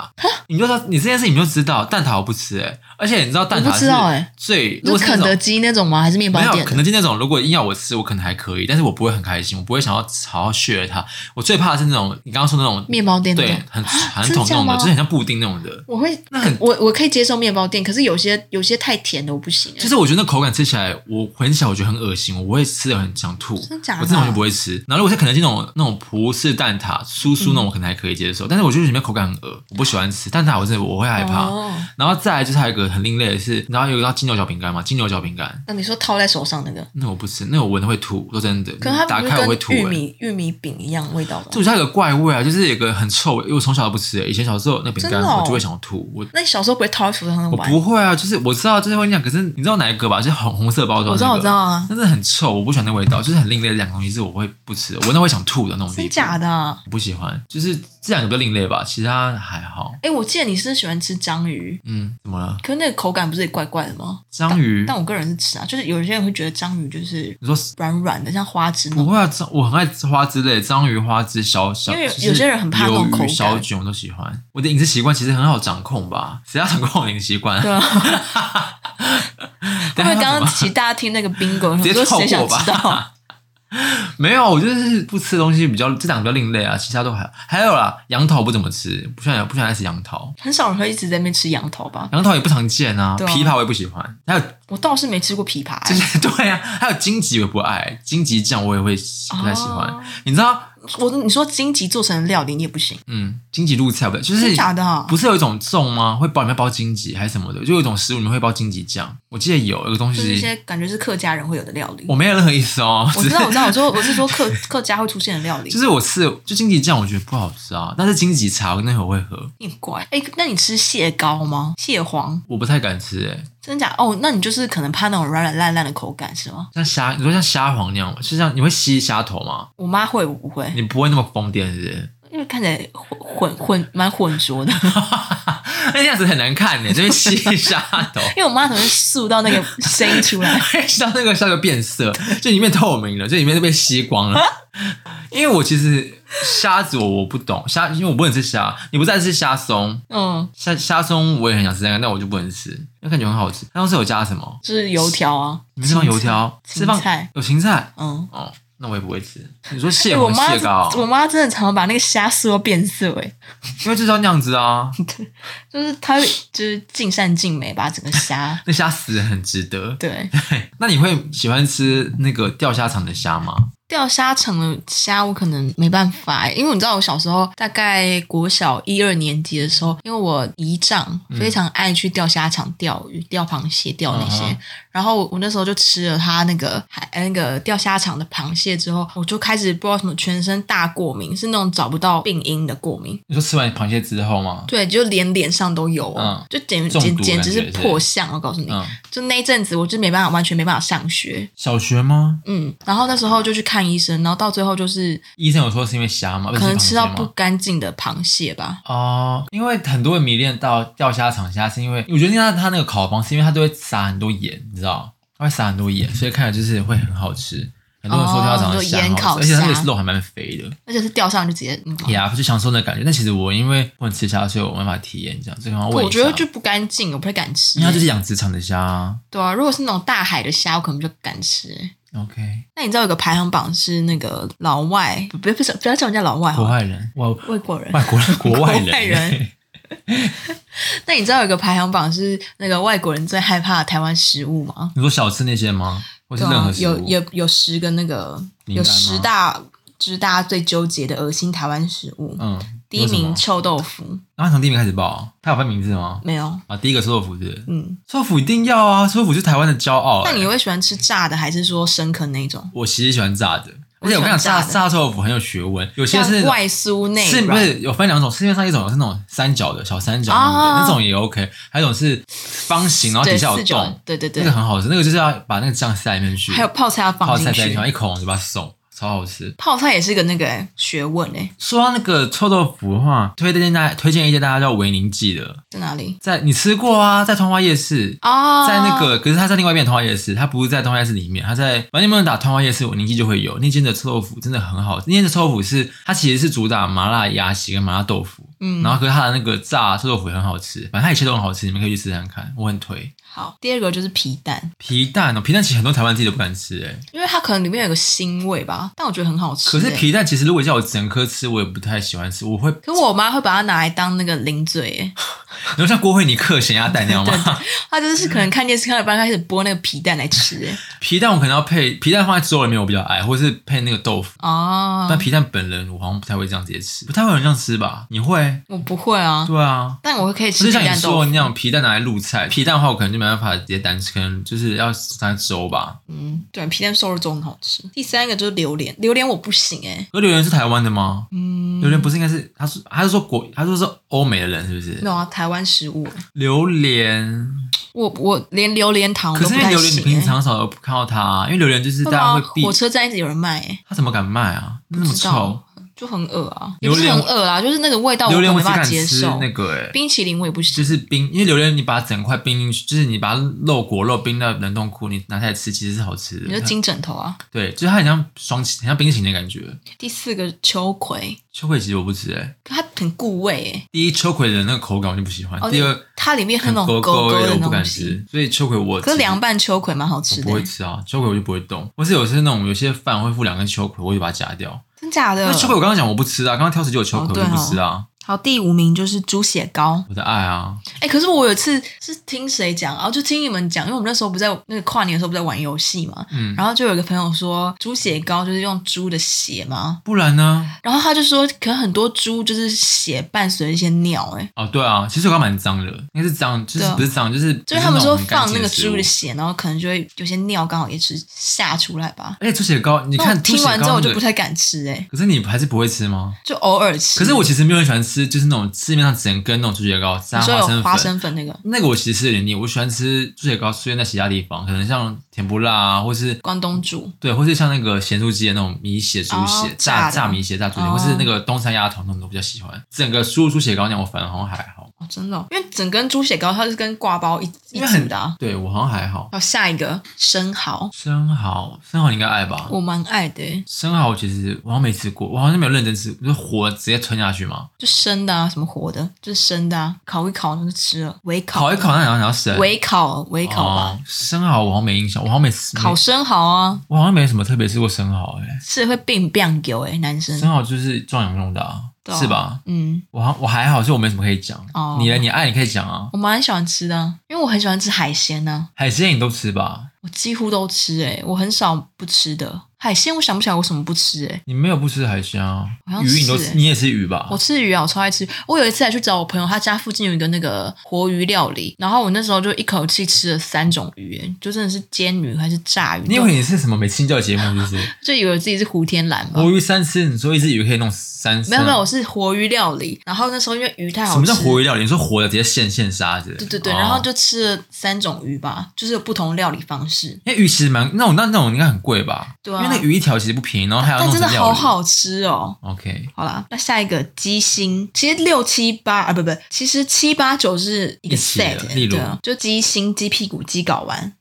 Speaker 2: 你就知道你这件事情你就知道蛋挞我不吃哎、而且你知道蛋
Speaker 1: 我
Speaker 2: 挞
Speaker 1: 不
Speaker 2: 是
Speaker 1: 知道欸
Speaker 2: 最如果
Speaker 1: 菜是
Speaker 2: 是
Speaker 1: 肯
Speaker 2: 那
Speaker 1: 德
Speaker 2: 种。
Speaker 1: 基那种吗？还是面包
Speaker 2: 没有，
Speaker 1: 店的
Speaker 2: 肯德基那种，如果硬要我吃，我可能还可以，但是我不会很开心，我不会想要好好削它。我最怕的是那种你刚刚说的那种
Speaker 1: 面包店那
Speaker 2: 对
Speaker 1: 种，
Speaker 2: 很传
Speaker 1: 真的
Speaker 2: 统
Speaker 1: 假
Speaker 2: 那种的，
Speaker 1: 吗
Speaker 2: 就是很像布丁那种的。
Speaker 1: 我会
Speaker 2: 那很
Speaker 1: 我我可以接受面包店，可是有些有些太甜的我不行、欸。
Speaker 2: 就是我觉得那口感吃起来，我很小我觉得很恶心，我会吃的很想吐。
Speaker 1: 真假的
Speaker 2: 我这种就不会吃。然后如果是肯德基那种那种葡式蛋挞、酥酥那种，我可能还可以接
Speaker 1: 嗯
Speaker 2: 受，但是我觉得里面口感很恶，我不喜欢吃蛋挞，我真的我会害怕。
Speaker 1: 哦
Speaker 2: 然后再来就是还有一个很另类的是，然后有一道金牛角饼干嘛，金牛角饼干。
Speaker 1: 那你说套在手上那个，
Speaker 2: 那我不吃，那我闻了会吐，说真的，
Speaker 1: 可是它
Speaker 2: 打
Speaker 1: 不
Speaker 2: 开我会
Speaker 1: 是
Speaker 2: 吐、
Speaker 1: 跟玉
Speaker 2: 欸。
Speaker 1: 米玉米饼一样味道吗
Speaker 2: 这？我觉得它有个怪味啊，就是有个很臭味，因为我从小都不吃、欸。以前小时候那饼
Speaker 1: 真
Speaker 2: 干，
Speaker 1: 的哦
Speaker 2: 我就会想吐。我
Speaker 1: 那你小时候不会套在手上
Speaker 2: 我
Speaker 1: 玩？
Speaker 2: 不会啊，就是我知道这些会讲，可是你知道哪一个吧？就是红红色包装、那个
Speaker 1: 我知道我知道啊
Speaker 2: 但是很臭，我不喜欢那味道，就是很另类的两个东西，是我会不吃的，我闻到会想吐的那种地
Speaker 1: 真
Speaker 2: 步。
Speaker 1: 假的、啊？
Speaker 2: 我不喜欢，就是这两个比较另类吧，其他还好。
Speaker 1: 哎、我记得你是喜欢吃章鱼，
Speaker 2: 嗯，怎么了？
Speaker 1: 可是那个口感不是也怪怪的吗？
Speaker 2: 章鱼？
Speaker 1: 但我个人是吃啊，就是有些人会觉得章鱼就是
Speaker 2: 你说
Speaker 1: 软软的，像花枝那
Speaker 2: 不
Speaker 1: 种。
Speaker 2: 会啊？章我很爱吃花枝类，章鱼、花枝、小小，
Speaker 1: 因为有
Speaker 2: 就是
Speaker 1: 有些人很怕那种口
Speaker 2: 鱿
Speaker 1: 感
Speaker 2: 鱼、小卷我都喜欢。我的饮食习惯其实很好掌控吧？谁要掌控我的饮食习惯？
Speaker 1: 对啊，
Speaker 2: 等
Speaker 1: 因
Speaker 2: 一下要
Speaker 1: 为刚
Speaker 2: 怎么
Speaker 1: 刚其实大家听那个 bingo，
Speaker 2: 直接
Speaker 1: 说
Speaker 2: 跳
Speaker 1: 谁想
Speaker 2: 过吧
Speaker 1: 知道？
Speaker 2: 没有，我就是不吃的东西比较，这两个比较另类啊，其他都还还有啦，杨桃不怎么吃，不喜欢不喜欢吃杨桃，
Speaker 1: 很少人会一直在那边吃羊头吧？
Speaker 2: 杨桃也不常见啊，
Speaker 1: 对啊
Speaker 2: 枇杷我也不喜欢，还有
Speaker 1: 我倒是没吃过枇杷、
Speaker 2: 就
Speaker 1: 欸，
Speaker 2: 是对啊，还有荆棘我也不爱，荆棘酱我也会不太喜欢，
Speaker 1: 哦
Speaker 2: 你知道，
Speaker 1: 我你说荆棘做成的料理你也不行，
Speaker 2: 嗯，荆棘露菜不就是
Speaker 1: 真假的啊
Speaker 2: 不是有一种粽吗？会包里面包荆棘还是什么的，就有一种食物里面会包荆棘酱，我我记得有一个东
Speaker 1: 就是一
Speaker 2: 西
Speaker 1: 些，感觉是客家人会有的料理。
Speaker 2: 我没有任何意思哦，
Speaker 1: 我
Speaker 2: 只是
Speaker 1: 知道，我知道，我说我是说 客客家会出现的料理
Speaker 2: 就，是我吃就荆棘酱，我觉得不好吃啊，但是荆棘茶那会我会喝，
Speaker 1: 你很怪。哎，那你吃蟹膏吗？蟹黄？
Speaker 2: 我不太敢吃哎、
Speaker 1: 真假？哦，那你就是可能怕那种软软烂烂的口感是吗？
Speaker 2: 像虾，你说像虾黄那样吗？是像你会吸虾头吗？
Speaker 1: 我妈会，我不会，
Speaker 2: 你不会那么疯癫是不是？
Speaker 1: 因为看起来混混混蛮浑浊的。
Speaker 2: 那样子很难看呢，就是 吸虾头，
Speaker 1: 因为我妈总是塑到那个声音出来。
Speaker 2: 吸到那个虾头变色，就里面透明了，就里面都被吸光
Speaker 1: 啊
Speaker 2: 了。 因为我其实虾子我我不懂虾，因为我不能吃虾，你不再吃虾松，
Speaker 1: 嗯，
Speaker 2: 虾虾松我也很想吃那个，但我就不能吃，因为感觉很好吃。那当时有加什么？
Speaker 1: 就是油条啊，
Speaker 2: 你们是放油条，
Speaker 1: 芹
Speaker 2: 是放
Speaker 1: 菜
Speaker 2: 有芹菜
Speaker 1: 嗯。
Speaker 2: 哦，那我也不会吃。你说蟹
Speaker 1: 哎我
Speaker 2: 黄
Speaker 1: 妈
Speaker 2: 蟹膏，啊哦
Speaker 1: 我妈真的常常把那个虾塑到变色、欸，
Speaker 2: 因为就是要那样子啊，
Speaker 1: 就是她就是尽善尽美把整个虾，
Speaker 2: 那虾死很值得。
Speaker 1: 对，
Speaker 2: 对，那你会喜欢吃那个钓虾场的虾吗？
Speaker 1: 钓虾场的虾我可能没办法、欸，因为你知道我小时候大概国小一二年级的时候，因为我姨丈
Speaker 2: 嗯
Speaker 1: 非常爱去钓虾场钓鱼、钓螃蟹、钓那些，
Speaker 2: 嗯哼
Speaker 1: 然后我我那时候就吃了他那个海呃那个钓虾场的螃蟹之后，我就开始不知道什么全身大过敏，是那种找不到病因的过敏，
Speaker 2: 你说吃完螃蟹之后吗？
Speaker 1: 对，就连脸上都有哦，
Speaker 2: 嗯
Speaker 1: 就简
Speaker 2: 中毒
Speaker 1: 简
Speaker 2: 感
Speaker 1: 简直
Speaker 2: 觉
Speaker 1: 是
Speaker 2: 是
Speaker 1: 破相，啊我告诉你，
Speaker 2: 嗯，
Speaker 1: 就那一阵子我就没办法，完全没办法上学，
Speaker 2: 小学吗？
Speaker 1: 嗯，然后那时候就去看医生，然后到最后就是
Speaker 2: 医生有说是因为虾吗？
Speaker 1: 可能吃到不
Speaker 2: 螃蟹吗
Speaker 1: 干净的螃蟹吧，
Speaker 2: 哦，因为很多人迷恋到钓虾场虾，是因为我觉得那他那个烤方式，因为他都会撒很多盐，你知道，他会撒很多盐，所以看起来就是会很好吃。很多人说
Speaker 1: 嗯哦
Speaker 2: 钓虾场的
Speaker 1: 你
Speaker 2: 虾
Speaker 1: 说盐
Speaker 2: 很好
Speaker 1: 烤
Speaker 2: 吃，而且它那
Speaker 1: 虾
Speaker 2: 个肉还蛮肥的，哎
Speaker 1: 而且是钓上就直接嗯。
Speaker 2: 呀，就享受那感觉。但其实我因为不能吃虾，所以我没办法体验这样。这个要问一
Speaker 1: 我
Speaker 2: 下
Speaker 1: 觉得就不干净，我不太敢吃
Speaker 2: 因为。它就是养殖场的虾啊。
Speaker 1: 对啊，如果是那种大海的虾，我可能就敢吃。
Speaker 2: OK，
Speaker 1: 那你知道有个排行榜是那个老外，不不不是不要叫人家老外
Speaker 2: 国
Speaker 1: 好了，
Speaker 2: 外人，哇，
Speaker 1: 外国人。
Speaker 2: 外 国人，国外人，
Speaker 1: 国外人那你知道有个排行榜是那个外国人最害怕的台湾食物吗？
Speaker 2: 你说小吃那些吗？或是
Speaker 1: 对
Speaker 2: 任
Speaker 1: 啊
Speaker 2: 何，食物？
Speaker 1: 有有有十个那个
Speaker 2: 名单吗
Speaker 1: 有十大，就是大家最纠结的恶心台湾食物。
Speaker 2: 嗯，
Speaker 1: 第一
Speaker 2: 有什么
Speaker 1: 名，臭豆腐，
Speaker 2: 然后从第一名开始报，啊他有分名字吗？
Speaker 1: 没有，
Speaker 2: 啊，第一个臭豆腐是不是
Speaker 1: 嗯。
Speaker 2: 臭豆腐一定要啊，臭豆腐是台湾的骄傲、
Speaker 1: 那你
Speaker 2: 欸
Speaker 1: 会喜欢吃炸的，还是说深坑那种？
Speaker 2: 我其实喜欢炸的，
Speaker 1: 我
Speaker 2: 而且我跟你讲，
Speaker 1: 喜欢
Speaker 2: 炸
Speaker 1: 炸的
Speaker 2: 炸臭豆腐很有学问，有些
Speaker 1: 像
Speaker 2: 是
Speaker 1: 外酥内
Speaker 2: 是不
Speaker 1: 软，
Speaker 2: 是有分两种？市面上一种是那种三角的小三角那种的、
Speaker 1: 哦
Speaker 2: 那种也 OK，还有一种是方形，然后底
Speaker 1: 对
Speaker 2: 下有
Speaker 1: 四角
Speaker 2: 洞，，
Speaker 1: 对对对
Speaker 2: 那个，很好吃，那个就是要把那个酱塞里面去，
Speaker 1: 还有泡菜要
Speaker 2: 泡
Speaker 1: 放
Speaker 2: 菜
Speaker 1: 进
Speaker 2: 塞里
Speaker 1: 去
Speaker 2: 面，。一口往嘴巴送，超好吃。
Speaker 1: 泡菜也是个那个欸学问诶，
Speaker 2: 说到那个臭豆腐的话，推荐大家推荐一家大家叫维宁记的，
Speaker 1: 在哪里？
Speaker 2: 在你吃过啊，在通化夜市，
Speaker 1: 哦，
Speaker 2: 在那个，可是它在另外一边的通化夜市，它不是在通化夜市里面，它在反正你们打通化夜市，我宁记就会有那间的臭豆腐真的很好，那间的臭豆腐是它其实是主打麻辣鸭血跟麻辣豆腐。
Speaker 1: 嗯
Speaker 2: 然后可是它的那个炸臭豆腐也很好吃，反正它一切都很好吃，你们可以去吃吃看看，我很推。
Speaker 1: 好，第二个就是皮蛋，
Speaker 2: 皮蛋哦，皮蛋其实很多台湾自己都不敢吃哎、
Speaker 1: 因为它可能里面有个腥味吧，但我觉得很好吃。
Speaker 2: 可是
Speaker 1: 欸，
Speaker 2: 皮蛋其实如果叫我整颗吃，我也不太喜欢吃，我会
Speaker 1: 可我妈会把它拿来当那个零嘴 欸，
Speaker 2: 你说像郭慧妮嗑咸鸭蛋那样吗？
Speaker 1: 她就是可能看电视看到一半开始剥那个皮蛋来吃欸。
Speaker 2: 皮蛋我可能要配皮蛋放在粥里面，我比较爱，或是配 那个豆腐。但
Speaker 1: 哦，
Speaker 2: 皮蛋本人我好像不太会这样直接吃，不太会有人这样吃吧？你会？
Speaker 1: 我不会啊，
Speaker 2: 对啊，
Speaker 1: 但我可以
Speaker 2: 就
Speaker 1: 吃
Speaker 2: 是
Speaker 1: 皮
Speaker 2: 像你
Speaker 1: 蛋
Speaker 2: 说
Speaker 1: 豆
Speaker 2: 的
Speaker 1: 腐。
Speaker 2: 那样，皮蛋拿来入菜，皮蛋的话我可能就没办法直接单吃，可能就是要拿来粥吧。
Speaker 1: 嗯，对，皮蛋瘦肉粥很好吃。第三个就是榴莲，榴莲我不行哎、欸，
Speaker 2: 可榴莲是台湾的吗？
Speaker 1: 嗯，
Speaker 2: 榴莲不是应该是他说他是说国他说是欧美的人是不
Speaker 1: 没
Speaker 2: 是？
Speaker 1: 有啊，台湾食物欸，
Speaker 2: 榴莲，
Speaker 1: 我我连榴莲糖我
Speaker 2: 可
Speaker 1: 都
Speaker 2: 是
Speaker 1: 不
Speaker 2: 因为
Speaker 1: 太
Speaker 2: 榴莲你
Speaker 1: 行、
Speaker 2: 平
Speaker 1: 欸。
Speaker 2: 常少有看到它、因为榴莲就是大
Speaker 1: 啊会
Speaker 2: 家
Speaker 1: 吗
Speaker 2: 会避
Speaker 1: 火，车站一直有人卖、欸，
Speaker 2: 他怎么敢卖啊？那么
Speaker 1: 不知道
Speaker 2: 臭，
Speaker 1: 就很恶啊，也
Speaker 2: 榴
Speaker 1: 不
Speaker 2: 莲
Speaker 1: 是很恶啊，就是那个味道我
Speaker 2: 榴
Speaker 1: 可
Speaker 2: 莲
Speaker 1: 能
Speaker 2: 我
Speaker 1: 没
Speaker 2: 只
Speaker 1: 办法
Speaker 2: 敢
Speaker 1: 接
Speaker 2: 吃
Speaker 1: 受。
Speaker 2: 那个哎、欸
Speaker 1: 冰淇淋我也不
Speaker 2: 就
Speaker 1: 行，
Speaker 2: 是冰，因为榴莲你把它整块冰进去，就是你把它肉果肉冰到冷冻库，你拿下来吃其实是好吃
Speaker 1: 你就
Speaker 2: 的。
Speaker 1: 金枕头啊。
Speaker 2: 对，就是它很像双起，很像冰淇淋的感觉。
Speaker 1: 第四个秋葵，
Speaker 2: 秋葵其实我不吃哎、
Speaker 1: 可它很固味诶、
Speaker 2: 第一秋葵的那个口感我就不喜欢，
Speaker 1: 哦
Speaker 2: 第二
Speaker 1: 它里面很那
Speaker 2: 勾
Speaker 1: 种勾
Speaker 2: 味
Speaker 1: 的
Speaker 2: 我不
Speaker 1: 东
Speaker 2: 敢
Speaker 1: 西。
Speaker 2: 吃，所以秋葵我
Speaker 1: 可是
Speaker 2: 吃
Speaker 1: 凉拌秋葵蛮好吃
Speaker 2: 我
Speaker 1: 的
Speaker 2: 不
Speaker 1: 欸、
Speaker 2: 会吃啊，秋葵我就不会动。或是有些那种有些饭会附两根秋葵，我就把它夹掉。
Speaker 1: 真假的
Speaker 2: 那？秋葵我刚刚讲我不吃啊，刚刚挑食就有秋葵
Speaker 1: 嗯哦
Speaker 2: 我
Speaker 1: 对
Speaker 2: 就
Speaker 1: 哦
Speaker 2: 不吃啊。
Speaker 1: 好，第五名就是猪血糕。
Speaker 2: 我的爱啊，
Speaker 1: 哎、可是我有一次是听谁讲，然后就听你们讲，因为我们那时候不在那个跨年的时候不在玩游戏嘛，
Speaker 2: 嗯
Speaker 1: 然后就有一个朋友说猪血糕就是用猪的血嘛，
Speaker 2: 不然呢？
Speaker 1: 然后他就说，可能很多猪就是血伴随着一些尿、哎，
Speaker 2: 哦，对啊，其实我刚蛮脏的，应该是脏，就
Speaker 1: 对
Speaker 2: 是
Speaker 1: 啊
Speaker 2: 不是脏，就是
Speaker 1: 就是他
Speaker 2: 不
Speaker 1: 们
Speaker 2: 是
Speaker 1: 说
Speaker 2: 那种很干
Speaker 1: 放
Speaker 2: 净
Speaker 1: 那个
Speaker 2: 食
Speaker 1: 猪的
Speaker 2: 物
Speaker 1: 血，然后可能就会有些尿刚好也是吓出来吧。
Speaker 2: 而且猪哎血糕，你
Speaker 1: 那我
Speaker 2: 看猪
Speaker 1: 听
Speaker 2: 血
Speaker 1: 完之
Speaker 2: 糕
Speaker 1: 后我
Speaker 2: 那
Speaker 1: 就
Speaker 2: 个
Speaker 1: 不太敢吃、哎，
Speaker 2: 可是你还是不会吃吗？
Speaker 1: 就偶尔吃。
Speaker 2: 可是我其实没有很喜欢吃，就是那种市面上整根那种猪血糕加
Speaker 1: 你说
Speaker 2: 花
Speaker 1: 有
Speaker 2: 生
Speaker 1: 花
Speaker 2: 粉。
Speaker 1: 生粉那个
Speaker 2: 那个我其实吃有点腻，我喜欢吃猪血糕出现在其他地方，可能像甜不辣啊，或是
Speaker 1: 关东煮，
Speaker 2: 对，或是像那个咸猪鸡的那种米血、猪血、
Speaker 1: 哦
Speaker 2: 炸
Speaker 1: 炸的
Speaker 2: 炸米血、炸猪血，
Speaker 1: 哦
Speaker 2: 或是那个东山鸭头那种都比较喜欢。整个输入猪血糕那样，我反而好像还好，
Speaker 1: 哦，真的哦、因为整根猪血糕它是跟挂包一一
Speaker 2: 因为
Speaker 1: 组
Speaker 2: 很
Speaker 1: 的、啊。
Speaker 2: 对我好像还好。
Speaker 1: 然后下一个生蚝，
Speaker 2: 生蚝，生蚝你应该爱吧？
Speaker 1: 我蛮爱的、哎
Speaker 2: 生蚝其实我好像没吃过，我好像没有认真吃，就是活直接吞下去嘛，
Speaker 1: 就生的啊，什么活的，就是生的啊，烤一烤那就吃了，微烤，
Speaker 2: 烤一烤，那然后然后生。
Speaker 1: 微烤，微烤吧，
Speaker 2: 哦生蚝我好像没印象，我好像没吃，
Speaker 1: 烤生蚝啊，
Speaker 2: 我好像没什么特别吃过生蚝哎、
Speaker 1: 是会变变油哎，男生
Speaker 2: 生蚝就是啊壮阳用的啊，
Speaker 1: 对啊
Speaker 2: 是吧？
Speaker 1: 嗯，
Speaker 2: 我好我还好，所以我没什么可以讲。
Speaker 1: 哦
Speaker 2: 你呢？你爱你可以讲啊，
Speaker 1: 我蛮喜欢吃的啊，因为我很喜欢吃海鲜呢、
Speaker 2: 海鲜你都吃吧？
Speaker 1: 我几乎都吃哎，我很少不吃的。海鲜我想不起来我什么不吃哎，
Speaker 2: 你没有不吃海鲜啊
Speaker 1: 好？像
Speaker 2: 鱼你都
Speaker 1: 是
Speaker 2: 吃，
Speaker 1: 欸
Speaker 2: 你也吃鱼吧
Speaker 1: 我？吃鱼啊，我超爱吃。我有一次还去找我朋友，他家附近有一个那个活鱼料理，然后我那时候就一口气吃了三种鱼欸，就真的是煎鱼还是炸鱼，
Speaker 2: 你以为你是什么美青教节目是不是？
Speaker 1: 就以为自己是胡天蓝嘛。
Speaker 2: 活鱼三吃，你说一只鱼可以弄三次？
Speaker 1: 没有没有，我是活鱼料理。然后那时候因为鱼太
Speaker 2: 什
Speaker 1: 好吃，
Speaker 2: 么叫活鱼料理？你说活的直接现现杀子？
Speaker 1: 对对对，
Speaker 2: 哦
Speaker 1: 然后就吃了三种鱼吧，就是有不同料理方式，
Speaker 2: 因为鱼其实蛮那种那那种应该很贵吧？
Speaker 1: 对啊
Speaker 2: 因为那鱼一条其实不便宜，然后还要
Speaker 1: 但
Speaker 2: 弄
Speaker 1: 真的
Speaker 2: 成料
Speaker 1: 好
Speaker 2: 理。
Speaker 1: 好吃哦。
Speaker 2: OK，
Speaker 1: 好啦，那下一个鸡心，其实六七八啊，不不，其实七八九是一个
Speaker 2: 一起的
Speaker 1: set，
Speaker 2: 例如
Speaker 1: 对啊，就鸡心、鸡屁股、鸡睾丸。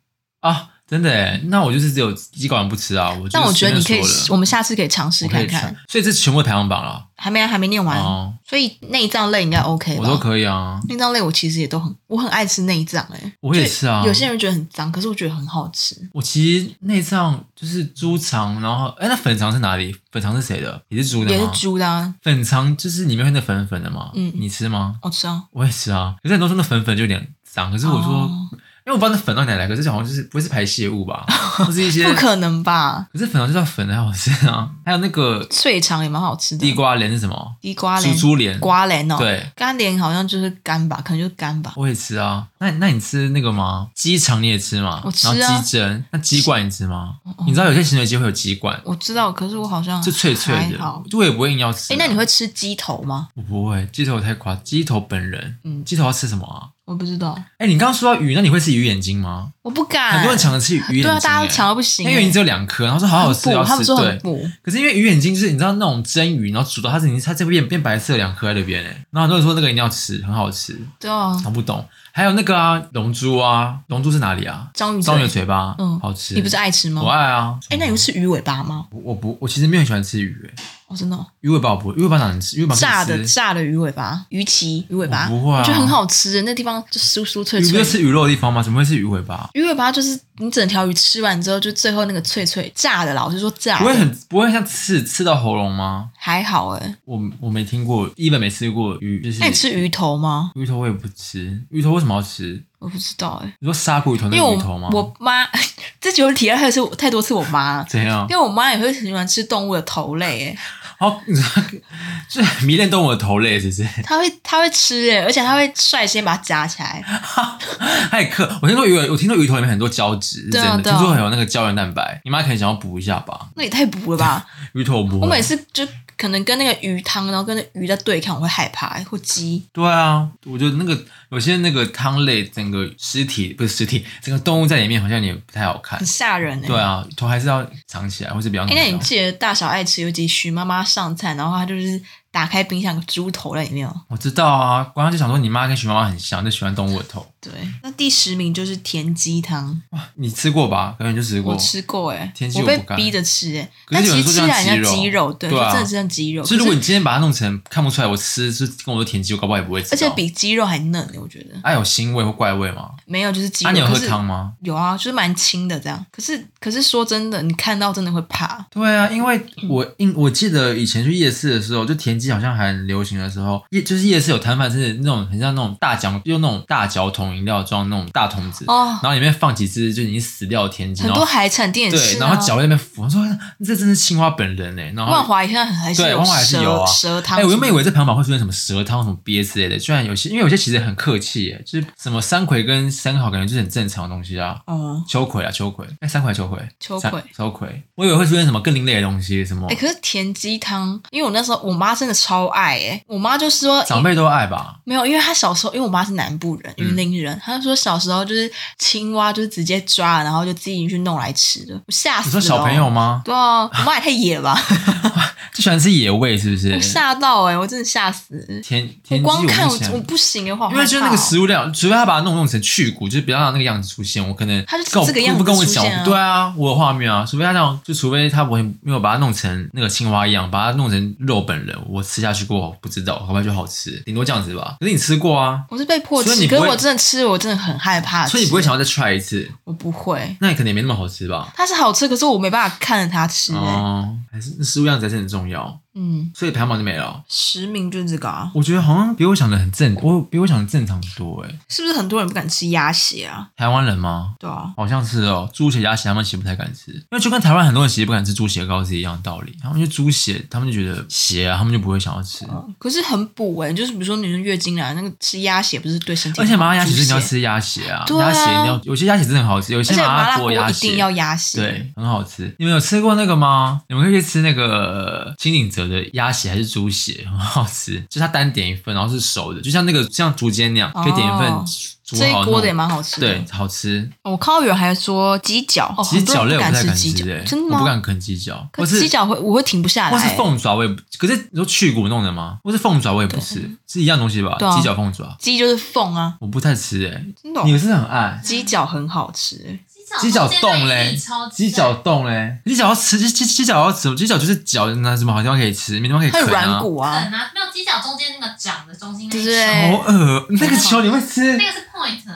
Speaker 2: 啊，真的耶，那我就是只有鸡睾丸不吃啊。我
Speaker 1: 但
Speaker 2: 就
Speaker 1: 我
Speaker 2: 是
Speaker 1: 觉得你可
Speaker 2: 随
Speaker 1: 以
Speaker 2: 便说，
Speaker 1: 我
Speaker 2: 了
Speaker 1: 们下次可以尝试
Speaker 2: 我可
Speaker 1: 看
Speaker 2: 以尝
Speaker 1: 看。，
Speaker 2: 所以这全部的排行榜了。
Speaker 1: 还没啊还没念完，
Speaker 2: 哦，
Speaker 1: 所以内脏类应该 OK 吧？
Speaker 2: 我都可以啊，
Speaker 1: 内脏类我其实也都很，我很爱吃内脏哎、
Speaker 2: 我也是啊
Speaker 1: 就有些人觉得很脏，可是我觉得很好吃。
Speaker 2: 我其实内脏就是猪肠，然后哎，那粉肠是哪里？粉肠是谁的？也是猪的
Speaker 1: 也是
Speaker 2: 吗？
Speaker 1: 猪的、啊，
Speaker 2: 粉肠就是里面会那粉粉的嘛，
Speaker 1: 嗯
Speaker 2: 你吃吗？
Speaker 1: 好吃啊。
Speaker 2: 我也吃啊，可是很多说那粉粉就有点脏，可是我说，
Speaker 1: 哦
Speaker 2: 因为我不知道那粉到底哪里来，可是好像就是不会是排泄物吧，或是一些
Speaker 1: 哦 不，可能吧？
Speaker 2: 可是粉肠就是要粉的好吃啊，还有那个
Speaker 1: 脆肠也蛮好吃的，
Speaker 2: 地瓜莲是什么？
Speaker 1: 地瓜
Speaker 2: 猪
Speaker 1: 莲、
Speaker 2: 猪莲，
Speaker 1: 瓜莲哦，
Speaker 2: 对，
Speaker 1: 干莲好像就是干吧，可能就是干吧。
Speaker 2: 我也吃啊。那那你吃那个吗？鸡肠你也吃吗？
Speaker 1: 我吃啊哦
Speaker 2: 然后鸡胗，那鸡冠你吃吗？你知道有些行水鸡会有鸡冠，
Speaker 1: 我知道，可是我好像
Speaker 2: 就脆脆
Speaker 1: 还
Speaker 2: 的
Speaker 1: 好，。
Speaker 2: 就我也不会硬要吃、啊
Speaker 1: 哎，那你？会吃鸡头吗？
Speaker 2: 我不会，鸡头太夸，鸡头本人，
Speaker 1: 嗯
Speaker 2: 鸡头要吃什么啊？
Speaker 1: 我不知道，
Speaker 2: 哎，你刚刚说到鱼，那你会吃鱼眼睛吗？
Speaker 1: 我不敢。
Speaker 2: 很多人抢着吃鱼眼睛、
Speaker 1: 对啊，大家都
Speaker 2: 哎
Speaker 1: 抢到不行
Speaker 2: 因
Speaker 1: 欸，
Speaker 2: 为鱼眼睛只有两颗，然后说好好吃，
Speaker 1: 很
Speaker 2: 要
Speaker 1: 补，他们
Speaker 2: 吃
Speaker 1: 说很
Speaker 2: 对。
Speaker 1: 补，
Speaker 2: 可是因为鱼眼睛就是你知道那种蒸鱼，然后煮到它是已经它这边变白色两颗在这边哎，然后很多人说那个一定要吃，很好吃，
Speaker 1: 对啊，
Speaker 2: 我不懂。还有那个啊，龙珠啊，龙珠是哪里啊？
Speaker 1: 章鱼
Speaker 2: 章鱼的
Speaker 1: 嘴
Speaker 2: 嘴巴，
Speaker 1: 嗯
Speaker 2: 好吃。
Speaker 1: 你不是爱吃吗
Speaker 2: 我？爱啊。
Speaker 1: 哎，那你会吃鱼尾巴吗？
Speaker 2: 我我不我其实没有很喜欢吃鱼，欸
Speaker 1: 我真的哦
Speaker 2: 鱼尾巴我不鱼尾巴哪能吃？鱼尾巴可以吃
Speaker 1: 炸的炸的鱼尾巴、鱼鳍、鱼尾巴，
Speaker 2: 我不会啊
Speaker 1: 我觉得很好吃，那地方就酥酥脆
Speaker 2: 鱼不
Speaker 1: 脆
Speaker 2: 就。吃鱼肉的地方吗？怎么会是鱼尾巴？
Speaker 1: 鱼尾巴就是你整条鱼吃完之后，就最后那个脆脆炸的啦，我是说炸
Speaker 2: 不会
Speaker 1: 的，
Speaker 2: 很不会像刺刺到喉咙吗？
Speaker 1: 还好哎、
Speaker 2: 我我没听过，一本没吃过鱼，就是
Speaker 1: 那你吃鱼头吗？
Speaker 2: 鱼头我也不吃，鱼头为什么要吃？
Speaker 1: 我不知道哎、
Speaker 2: 你说砂锅鱼头那
Speaker 1: 因为
Speaker 2: 嗯个鱼头吗
Speaker 1: 我？我妈 这就体验还是我太多次我妈，
Speaker 2: 怎样？
Speaker 1: 因为我妈也会很喜欢吃动物的头类、欸，
Speaker 2: 好，你说就是迷恋动物的头类，是不是？
Speaker 1: 她会她会吃哎、而且她会率先把它夹起来，
Speaker 2: 还有克，我听说鱼，我听说鱼头里面很多胶质，是
Speaker 1: 对
Speaker 2: 真
Speaker 1: 啊
Speaker 2: 的。听
Speaker 1: 对啊
Speaker 2: 说很有那个胶原蛋白，你妈可能想要补一下吧。
Speaker 1: 那也太补了吧！
Speaker 2: 鱼头不
Speaker 1: 我每
Speaker 2: 会，
Speaker 1: 次就可能跟那个鱼汤，然后跟那鱼在对抗，我会害怕、欸，或鸡。
Speaker 2: 对啊，我觉得那个有些那个汤类，整个尸体不是尸体，整个动物在里面好像也不太好看
Speaker 1: 很。吓人哎、欸。
Speaker 2: 对啊，头还是要藏起来，或是比较弄
Speaker 1: 哎、
Speaker 2: 掉。
Speaker 1: 那你记得大小爱吃有集许妈妈上菜，然后她就是打开冰箱有个猪头在里面哦。
Speaker 2: 我知道啊，刚刚就想说你妈跟徐妈妈很像，就喜欢动物的头。
Speaker 1: 对，那第十名就是甜鸡汤，
Speaker 2: 你吃过吧？感觉就吃过。
Speaker 1: 我吃过哎、
Speaker 2: 田鸡
Speaker 1: 我
Speaker 2: 我
Speaker 1: 被
Speaker 2: 不敢
Speaker 1: 逼着吃哎、
Speaker 2: 可
Speaker 1: 但
Speaker 2: 是有
Speaker 1: 其
Speaker 2: 人说
Speaker 1: 实吃
Speaker 2: 像
Speaker 1: 起来很像
Speaker 2: 鸡
Speaker 1: 鸡
Speaker 2: 肉
Speaker 1: 肉，对，
Speaker 2: 对啊
Speaker 1: 就真的是像鸡肉，
Speaker 2: 所以如果
Speaker 1: 可
Speaker 2: 你
Speaker 1: 是
Speaker 2: 今天把它弄成看不出来，我吃是跟我的田鸡，我搞不好也不会知道。
Speaker 1: 而且比鸡肉还嫩，欸我觉得
Speaker 2: 啊有腥味或怪味吗？
Speaker 1: 没有就是鸡
Speaker 2: 啊，
Speaker 1: 肉。
Speaker 2: 你有
Speaker 1: 可
Speaker 2: 喝
Speaker 1: 是
Speaker 2: 汤吗？
Speaker 1: 有啊，就是蛮轻的这样。可是可是说真的，你看到真的会怕。
Speaker 2: 对啊，因为我印我记得以前去夜市的时候，就田鸡好像还很流行的时候，夜就是夜市有摊贩是那种很像那种大奖，用那种大脚桶饮料装那种大桶子，
Speaker 1: 哦
Speaker 2: 然后里面放几只就已经死掉的田鸡，
Speaker 1: 很
Speaker 2: 然
Speaker 1: 多
Speaker 2: 后
Speaker 1: 海产店也
Speaker 2: 对，
Speaker 1: 是、啊，
Speaker 2: 然后脚在那边浮，我说啊这真是青蛙本人哎、然后
Speaker 1: 万华也现在还是
Speaker 2: 对，
Speaker 1: 有
Speaker 2: 万华还是
Speaker 1: 蛇
Speaker 2: 有啊。
Speaker 1: 蛇汤
Speaker 2: 哎、
Speaker 1: 什么的。
Speaker 2: 我原本以为这排行榜会出现什么蛇汤、什么鳖之类的，居然有些，因为有些其实很客气耶，就是什么山葵跟山考，感觉就是很正常的东西啊。
Speaker 1: 哦，
Speaker 2: 秋葵啊，秋葵，哎、山葵还是秋葵，
Speaker 1: 秋
Speaker 2: 山
Speaker 1: 葵
Speaker 2: 秋葵，我以为会出现什么更另类的东西，什么、
Speaker 1: 哎、可是甜鸡汤，因为我那时候我妈真的超爱哎、我妈就说
Speaker 2: 长辈嗯都爱吧？
Speaker 1: 没有，因为她小时候，因为我妈是南部人，云林人，她就说小时候就是青蛙就是直接抓了，然后就自己去弄来吃的，我吓死
Speaker 2: 你说
Speaker 1: 了。
Speaker 2: 小朋友？吗？
Speaker 1: 对啊，我妈也太野了吧，
Speaker 2: 就喜欢吃野味是不是
Speaker 1: 哦 我？吓到哎、我真的吓死。
Speaker 2: 田
Speaker 1: 我
Speaker 2: 田鸡
Speaker 1: 光
Speaker 2: 不
Speaker 1: 看我
Speaker 2: 喜欢
Speaker 1: 我不行哎、我好
Speaker 2: 因为就是那
Speaker 1: 害
Speaker 2: 个
Speaker 1: 怕哦
Speaker 2: 食物量，除非他把它弄弄成去骨，就是不要让那个样子出现。我可能
Speaker 1: 它就是
Speaker 2: 跟我
Speaker 1: 这个样子
Speaker 2: 不跟我
Speaker 1: 出现
Speaker 2: 讲，
Speaker 1: 啊
Speaker 2: 对啊，我有画面啊。除非他这样，就除非他不会没有把它弄成那个青蛙一样，把它弄成肉本人，我吃下去过后不知道，好不好就好吃，顶多这样子吧。可是你吃过啊，
Speaker 1: 我是被迫吃，
Speaker 2: 所以你不
Speaker 1: 可
Speaker 2: 会
Speaker 1: 是我真的吃，我真的很害怕吃。
Speaker 2: 所以你不会想要再 try 一次，
Speaker 1: 我不会，
Speaker 2: 那你可能也没那么好吃吧？
Speaker 1: 它是好吃，可是我没办法看着它吃、欸。
Speaker 2: 哦，还是食物样子还是很重要，
Speaker 1: 嗯，
Speaker 2: 所以排行榜就没了。
Speaker 1: 实名就是这个啊，
Speaker 2: 我觉得好像比我想的很正，我比我想的正常多诶、
Speaker 1: 是不是很多人不敢吃鸭血啊？
Speaker 2: 台湾人吗？
Speaker 1: 对啊，
Speaker 2: 好像是哦，猪血鸭血他们其实不太敢吃，因为就跟台湾很多人其实不敢吃猪血糕是一样的道理。他们就猪血，他们就觉得血啊，他们就不会想要吃。
Speaker 1: 嗯可是很补哎、就是比如说女生月经来，那个吃鸭血不是对身体好？
Speaker 2: 而且麻辣鸭血
Speaker 1: 猪
Speaker 2: 是你要，吃鸭血啊，
Speaker 1: 对啊
Speaker 2: 鸭血一定要，有些鸭血真的很好吃，有
Speaker 1: 而
Speaker 2: 些
Speaker 1: 且麻
Speaker 2: 辣
Speaker 1: 辣
Speaker 2: 锅
Speaker 1: 锅
Speaker 2: 鸭
Speaker 1: 一
Speaker 2: 血
Speaker 1: 定要鸭血。，
Speaker 2: 对，很好吃。你们有吃过那个吗？你们可以去吃那个呃清景泽的鸭血还是猪血，很好吃。就是它单点一份，然后是熟的，就像那个像竹间那样，可以点一份
Speaker 1: 哦
Speaker 2: 煮
Speaker 1: 这
Speaker 2: 好那
Speaker 1: 一锅的也
Speaker 2: 种
Speaker 1: 蛮好吃的。
Speaker 2: 对，好吃。
Speaker 1: 我看到有人还说鸡脚，哦，
Speaker 2: 其实
Speaker 1: 很多
Speaker 2: 脚类
Speaker 1: 人
Speaker 2: 我
Speaker 1: 不
Speaker 2: 不太
Speaker 1: 吃
Speaker 2: 敢
Speaker 1: 鸡
Speaker 2: 吃
Speaker 1: 脚
Speaker 2: 欸，，
Speaker 1: 真的
Speaker 2: 我
Speaker 1: 吗？
Speaker 2: 不敢啃鸡脚，
Speaker 1: 可
Speaker 2: 我
Speaker 1: 是
Speaker 2: 是
Speaker 1: 鸡脚会我会停不下来、
Speaker 2: 或是
Speaker 1: 欸。
Speaker 2: 凤爪我也不，可是你说去骨弄的吗？或是凤爪我也不吃，是一样东西吧？
Speaker 1: 对啊
Speaker 2: 鸡脚凤爪
Speaker 1: 鸡就是凤啊，
Speaker 2: 我不太吃哎、
Speaker 1: 真的哦、
Speaker 2: 你们是不是很爱
Speaker 1: 鸡脚很好吃、欸
Speaker 3: 哦
Speaker 2: 鸡脚冻嘞
Speaker 3: 超？级
Speaker 2: 鸡脚冻嘞？鸡脚要吃鸡鸡鸡脚要吃，鸡脚就是脚，那什么好地方可以吃，没地方可以
Speaker 1: 它有
Speaker 2: 啃
Speaker 1: 软
Speaker 2: 啊。
Speaker 1: 骨
Speaker 3: 粉
Speaker 1: 啊，
Speaker 3: 啊，没有鸡脚中间那个掌的中心那
Speaker 1: 对
Speaker 3: 一
Speaker 1: 不对？
Speaker 2: 好恶，那个球你会吃
Speaker 3: 那？个是 point，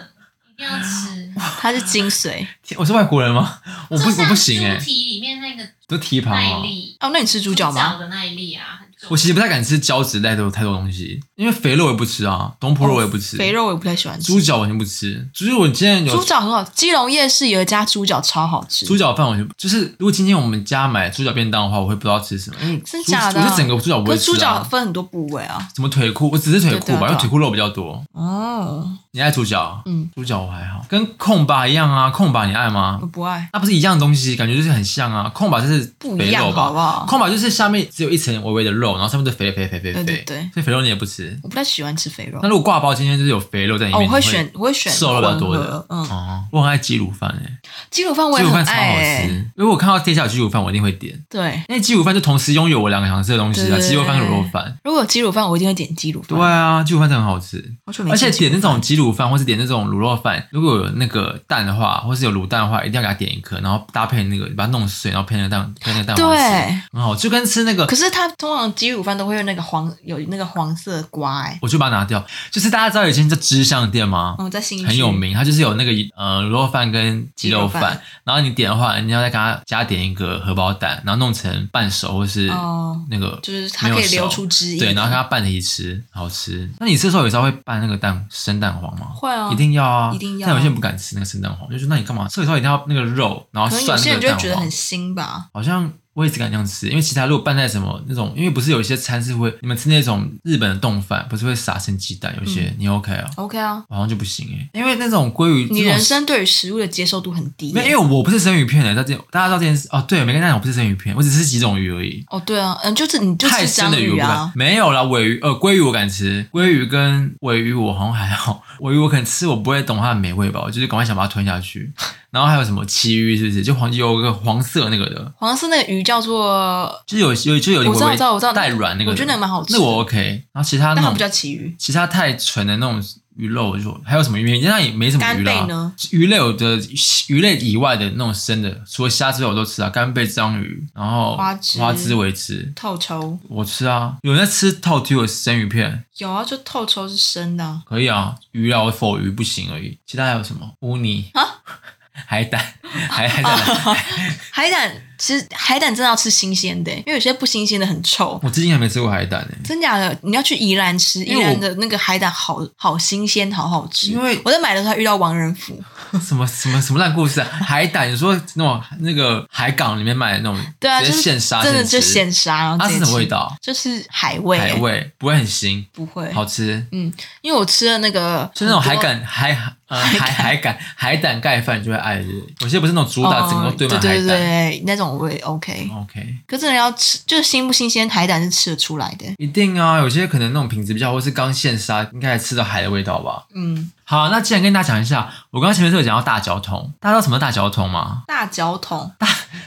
Speaker 3: 一定要吃。
Speaker 1: 它是精髓。
Speaker 2: 天我是外国人吗？我不我不行哎、
Speaker 3: 猪蹄里面那个
Speaker 2: 都蹄膀
Speaker 3: 那
Speaker 2: 啊
Speaker 3: 一。粒，
Speaker 1: 哦，那你吃猪脚吗？
Speaker 3: 的那一粒啊，很重
Speaker 2: 我其实不太敢吃胶质类的太多东西，因为肥肉我也不吃啊，东坡肉我也不吃，
Speaker 1: 哦肥肉我也不太喜欢吃。
Speaker 2: 猪脚我全不吃。就是我今天有
Speaker 1: 猪脚很好，基隆夜市有一家猪脚超好吃。
Speaker 2: 猪脚饭，我就就是如果今天我们家买猪脚便当的话，我会不知道吃什么，因为
Speaker 1: 真
Speaker 2: 猪
Speaker 1: 假的啊
Speaker 2: 我是整个猪脚不
Speaker 1: 可
Speaker 2: 会
Speaker 1: 是猪
Speaker 2: 吃
Speaker 1: 脚
Speaker 2: 啊。
Speaker 1: 分很多部位啊。
Speaker 2: 什么腿裤？我只是腿裤
Speaker 1: 对对
Speaker 2: 吧，因
Speaker 1: 啊对
Speaker 2: 为
Speaker 1: 啊
Speaker 2: 腿裤肉比较多。
Speaker 1: 哦，
Speaker 2: 你爱猪脚？
Speaker 1: 嗯，
Speaker 2: 猪脚我还好，跟控吧一样啊。控吧你爱吗
Speaker 1: 我？不爱，
Speaker 2: 那不是一样的东西，感觉就是很像啊。控吧就是
Speaker 1: 不
Speaker 2: 肥
Speaker 1: 一
Speaker 2: 肉
Speaker 1: 样好不
Speaker 2: 吧？
Speaker 1: 好？
Speaker 2: 控吧就是下面只有一层微微的肉，然后上面都肥肥肥肥肥。
Speaker 1: 对对对
Speaker 2: 所以肥肉你也不吃。
Speaker 1: 我不太喜欢吃肥肉。
Speaker 2: 那
Speaker 1: 哦，
Speaker 2: 如果挂包今天就是有肥肉在里面，
Speaker 1: 我
Speaker 2: 你
Speaker 1: 会选，我会选
Speaker 2: 瘦肉比较多
Speaker 1: 混
Speaker 2: 的
Speaker 1: 合。嗯，
Speaker 2: 哦，我很爱鸡卤饭欸诶，
Speaker 1: 鸡肉饭我
Speaker 2: 鸡
Speaker 1: 也
Speaker 2: 卤
Speaker 1: 很
Speaker 2: 饭超
Speaker 1: 爱
Speaker 2: 好吃
Speaker 1: 欸。。
Speaker 2: 如果我看到天下有鸡卤饭，我一定会点。
Speaker 1: 对，
Speaker 2: 因为鸡骨饭就同时拥有我两个想吃的东西啊，
Speaker 1: 对
Speaker 2: 鸡肉饭跟卤肉饭。
Speaker 1: 如果有鸡肉饭，我一定会点鸡肉饭。
Speaker 2: 对，啊，鸡骨饭真的很好吃，
Speaker 1: 好久没
Speaker 2: 而
Speaker 1: 吃
Speaker 2: 且
Speaker 1: 鸡
Speaker 2: 点
Speaker 1: 肉
Speaker 2: 那
Speaker 1: 饭
Speaker 2: 种鸡卤饭或是点那种卤肉饭，如果有那个蛋的话，或是有卤蛋的话，一定要给它点一颗，然后搭配那个把它弄碎，然后配那个蛋，配那个蛋黄吃，
Speaker 1: 对。
Speaker 2: 很好，就跟吃那个
Speaker 1: 可。是它通常鸡肉饭都会有那个黄，有那个黄色瓜哎。
Speaker 2: 我就把它拿掉，就是大家知道有一间叫芝香店吗？
Speaker 1: 嗯，在新一区
Speaker 2: 很有。名，它就是有那个呃卤肉饭跟鸡肉
Speaker 1: 鸡肉
Speaker 2: 饭
Speaker 1: 饭，
Speaker 2: 然后你点的话，你要再给它加点一个荷包蛋，然后弄成半熟或是
Speaker 1: 哦，
Speaker 2: 那个
Speaker 1: 就是它
Speaker 2: 没有
Speaker 1: 可以流
Speaker 2: 熟
Speaker 1: 出汁液
Speaker 2: 对，然后跟
Speaker 1: 的
Speaker 2: 它拌着一起吃，好吃。那你吃的时候有时候会拌那个蛋生蛋黄吗？
Speaker 1: 会啊
Speaker 2: 一定要啊，
Speaker 1: 一定要啊
Speaker 2: 但有些人不敢吃那个生蛋黄，就是那你干嘛？吃的时候一定要那个肉，然后
Speaker 1: 可能有
Speaker 2: 涮
Speaker 1: 些
Speaker 2: 那
Speaker 1: 人
Speaker 2: 个
Speaker 1: 就会
Speaker 2: 蛋
Speaker 1: 觉得
Speaker 2: 黄
Speaker 1: 很。腥吧。
Speaker 2: 好像我也只敢这样吃，因为其他如果拌在什么那种，因为不是有一些餐是会，你们吃那种日本的冻饭，不是会撒生鸡蛋？有
Speaker 1: 嗯
Speaker 2: 些、你 OK 啊？
Speaker 1: OK 啊，
Speaker 2: 我好像就不行哎、因为那种鲑鱼，
Speaker 1: 你
Speaker 2: 这种
Speaker 1: 人生对于食物的接受度很低
Speaker 2: 没有，
Speaker 1: 欸。
Speaker 2: 因为我不是生鱼片的、大家大家知道这件事哦。对，没跟大家讲，我不是生鱼片，我只吃几种鱼而已。
Speaker 1: 哦，对啊，嗯，就是你就
Speaker 2: 太
Speaker 1: 吃
Speaker 2: 深
Speaker 1: 章
Speaker 2: 的鱼我
Speaker 1: 鱼
Speaker 2: 不敢，
Speaker 1: 啊，
Speaker 2: 没有啦，尾鱼呃鲑鱼我敢吃，鲑鱼跟尾鱼我好像还好，尾鱼我可能吃我不会懂它的美味吧，我就是赶快想把它吞下去。然后还有什么旗鱼是不是？就黄有个黄色那个的，
Speaker 1: 黄色那个鱼叫做，
Speaker 2: 就是有有就有点
Speaker 1: 我知
Speaker 2: 微微
Speaker 1: 道我知道我知道
Speaker 2: 带软那个的，
Speaker 1: 我觉得那个蛮好吃
Speaker 2: 那
Speaker 1: 的
Speaker 2: 我 OK。然后其他
Speaker 1: 但
Speaker 2: 那
Speaker 1: 它
Speaker 2: 种
Speaker 1: 不叫旗鱼，
Speaker 2: 其他太纯的那种鱼肉，我就说还有什么鱼片？那也没什么鱼
Speaker 1: 干
Speaker 2: 啦
Speaker 1: 贝呢。
Speaker 2: 鱼类有的鱼类以外的那种生的，除了虾之外我都吃啊，干贝、章鱼，然后
Speaker 1: 花枝
Speaker 2: 花枝我也吃，
Speaker 1: 透抽
Speaker 2: 我吃啊。有人在吃套丢的生鱼片，
Speaker 1: 有啊，就透抽是生的啊、
Speaker 2: 可以啊。鱼啊，我否鱼不行而已。其他还有什么？乌泥
Speaker 1: 啊，
Speaker 2: 海胆，海海胆。
Speaker 1: 海胆其实海胆真的要吃新鲜的欸，因为有些不新鲜的很臭。
Speaker 2: 我至今还没吃过海胆呢、
Speaker 1: 真假的，你要去宜兰吃，宜
Speaker 2: 因为我
Speaker 1: 兰的那个海胆好好新鲜，好好吃。
Speaker 2: 因为
Speaker 1: 我在买的时候还遇到王仁甫，
Speaker 2: 什么什么什么烂故事啊？海胆，你说那种那个海港里面卖的那种，
Speaker 1: 对啊，
Speaker 2: 直
Speaker 1: 就
Speaker 2: 接
Speaker 1: 是
Speaker 2: 现杀，
Speaker 1: 真的
Speaker 2: 现吃
Speaker 1: 就现杀，然后
Speaker 2: 它
Speaker 1: 直
Speaker 2: 是
Speaker 1: 接
Speaker 2: 什么
Speaker 1: 吃
Speaker 2: 味？道？
Speaker 1: 就是海味欸，
Speaker 2: 海味不会很腥，
Speaker 1: 不会，
Speaker 2: 好吃。
Speaker 1: 因为我吃了那个
Speaker 2: 就那种海
Speaker 1: 很多
Speaker 2: 胆海呃海海胆海胆盖饭，你就会爱的。有些不是那种主打整个
Speaker 1: 哦
Speaker 2: 都堆
Speaker 1: 对
Speaker 2: 满海
Speaker 1: 对
Speaker 2: 胆。
Speaker 1: 对，那种我也 OK。
Speaker 2: OK，
Speaker 1: 可真的要吃，就是新不新鲜，海胆是吃得出来的。
Speaker 2: 一定啊，有些可能那种品质比较好，或是刚现杀，应该还吃到海的味道吧。
Speaker 1: 嗯，
Speaker 2: 好，那既然跟大家讲一下，我刚刚前面是有讲到大脚桶，大家知道什么是大脚桶吗？
Speaker 1: 大脚桶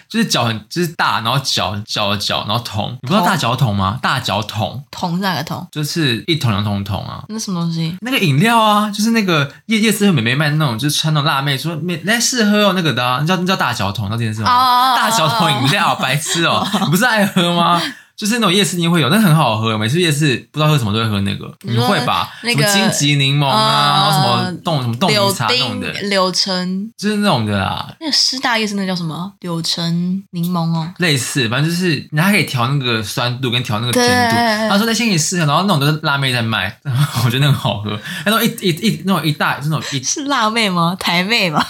Speaker 2: 就是脚很就是大，然后脚脚的脚，然后桶，你不知道
Speaker 1: 桶
Speaker 2: 大脚桶吗？大脚桶
Speaker 1: 桶是哪个桶？
Speaker 2: 就是一桶两桶桶啊。
Speaker 1: 那什么东西？
Speaker 2: 那个饮料啊，就是那个夜夜市美眉卖的那种，就是穿那种辣妹说妹来试喝哦，那个的、啊，那叫那叫大脚桶，那件事吗？
Speaker 1: 哦
Speaker 2: 啊大脚桶饮料，白痴 哦，你不是爱喝吗？就是那种夜市你会有，那很好喝。每次夜市不知道喝什么都会喝那个，
Speaker 1: 你
Speaker 2: 你
Speaker 1: 说
Speaker 2: 会吧？
Speaker 1: 那个
Speaker 2: 什么荆棘柠檬啊，然后
Speaker 1: 呃
Speaker 2: 什么冻什么冻
Speaker 1: 柳
Speaker 2: 柠茶那种的，
Speaker 1: 丁、柳橙，
Speaker 2: 就是那种的啦，
Speaker 1: 那个师大夜市那叫什么？柳橙柠檬哦，
Speaker 2: 类似，反正就是你还可以调那个酸度跟调那个甜
Speaker 1: 对
Speaker 2: 度。他说在心里试喝，然后那种都是辣妹在卖， 我觉得那很好喝。那种一一一那种一大，就那种一
Speaker 1: 是辣妹吗？台妹吗？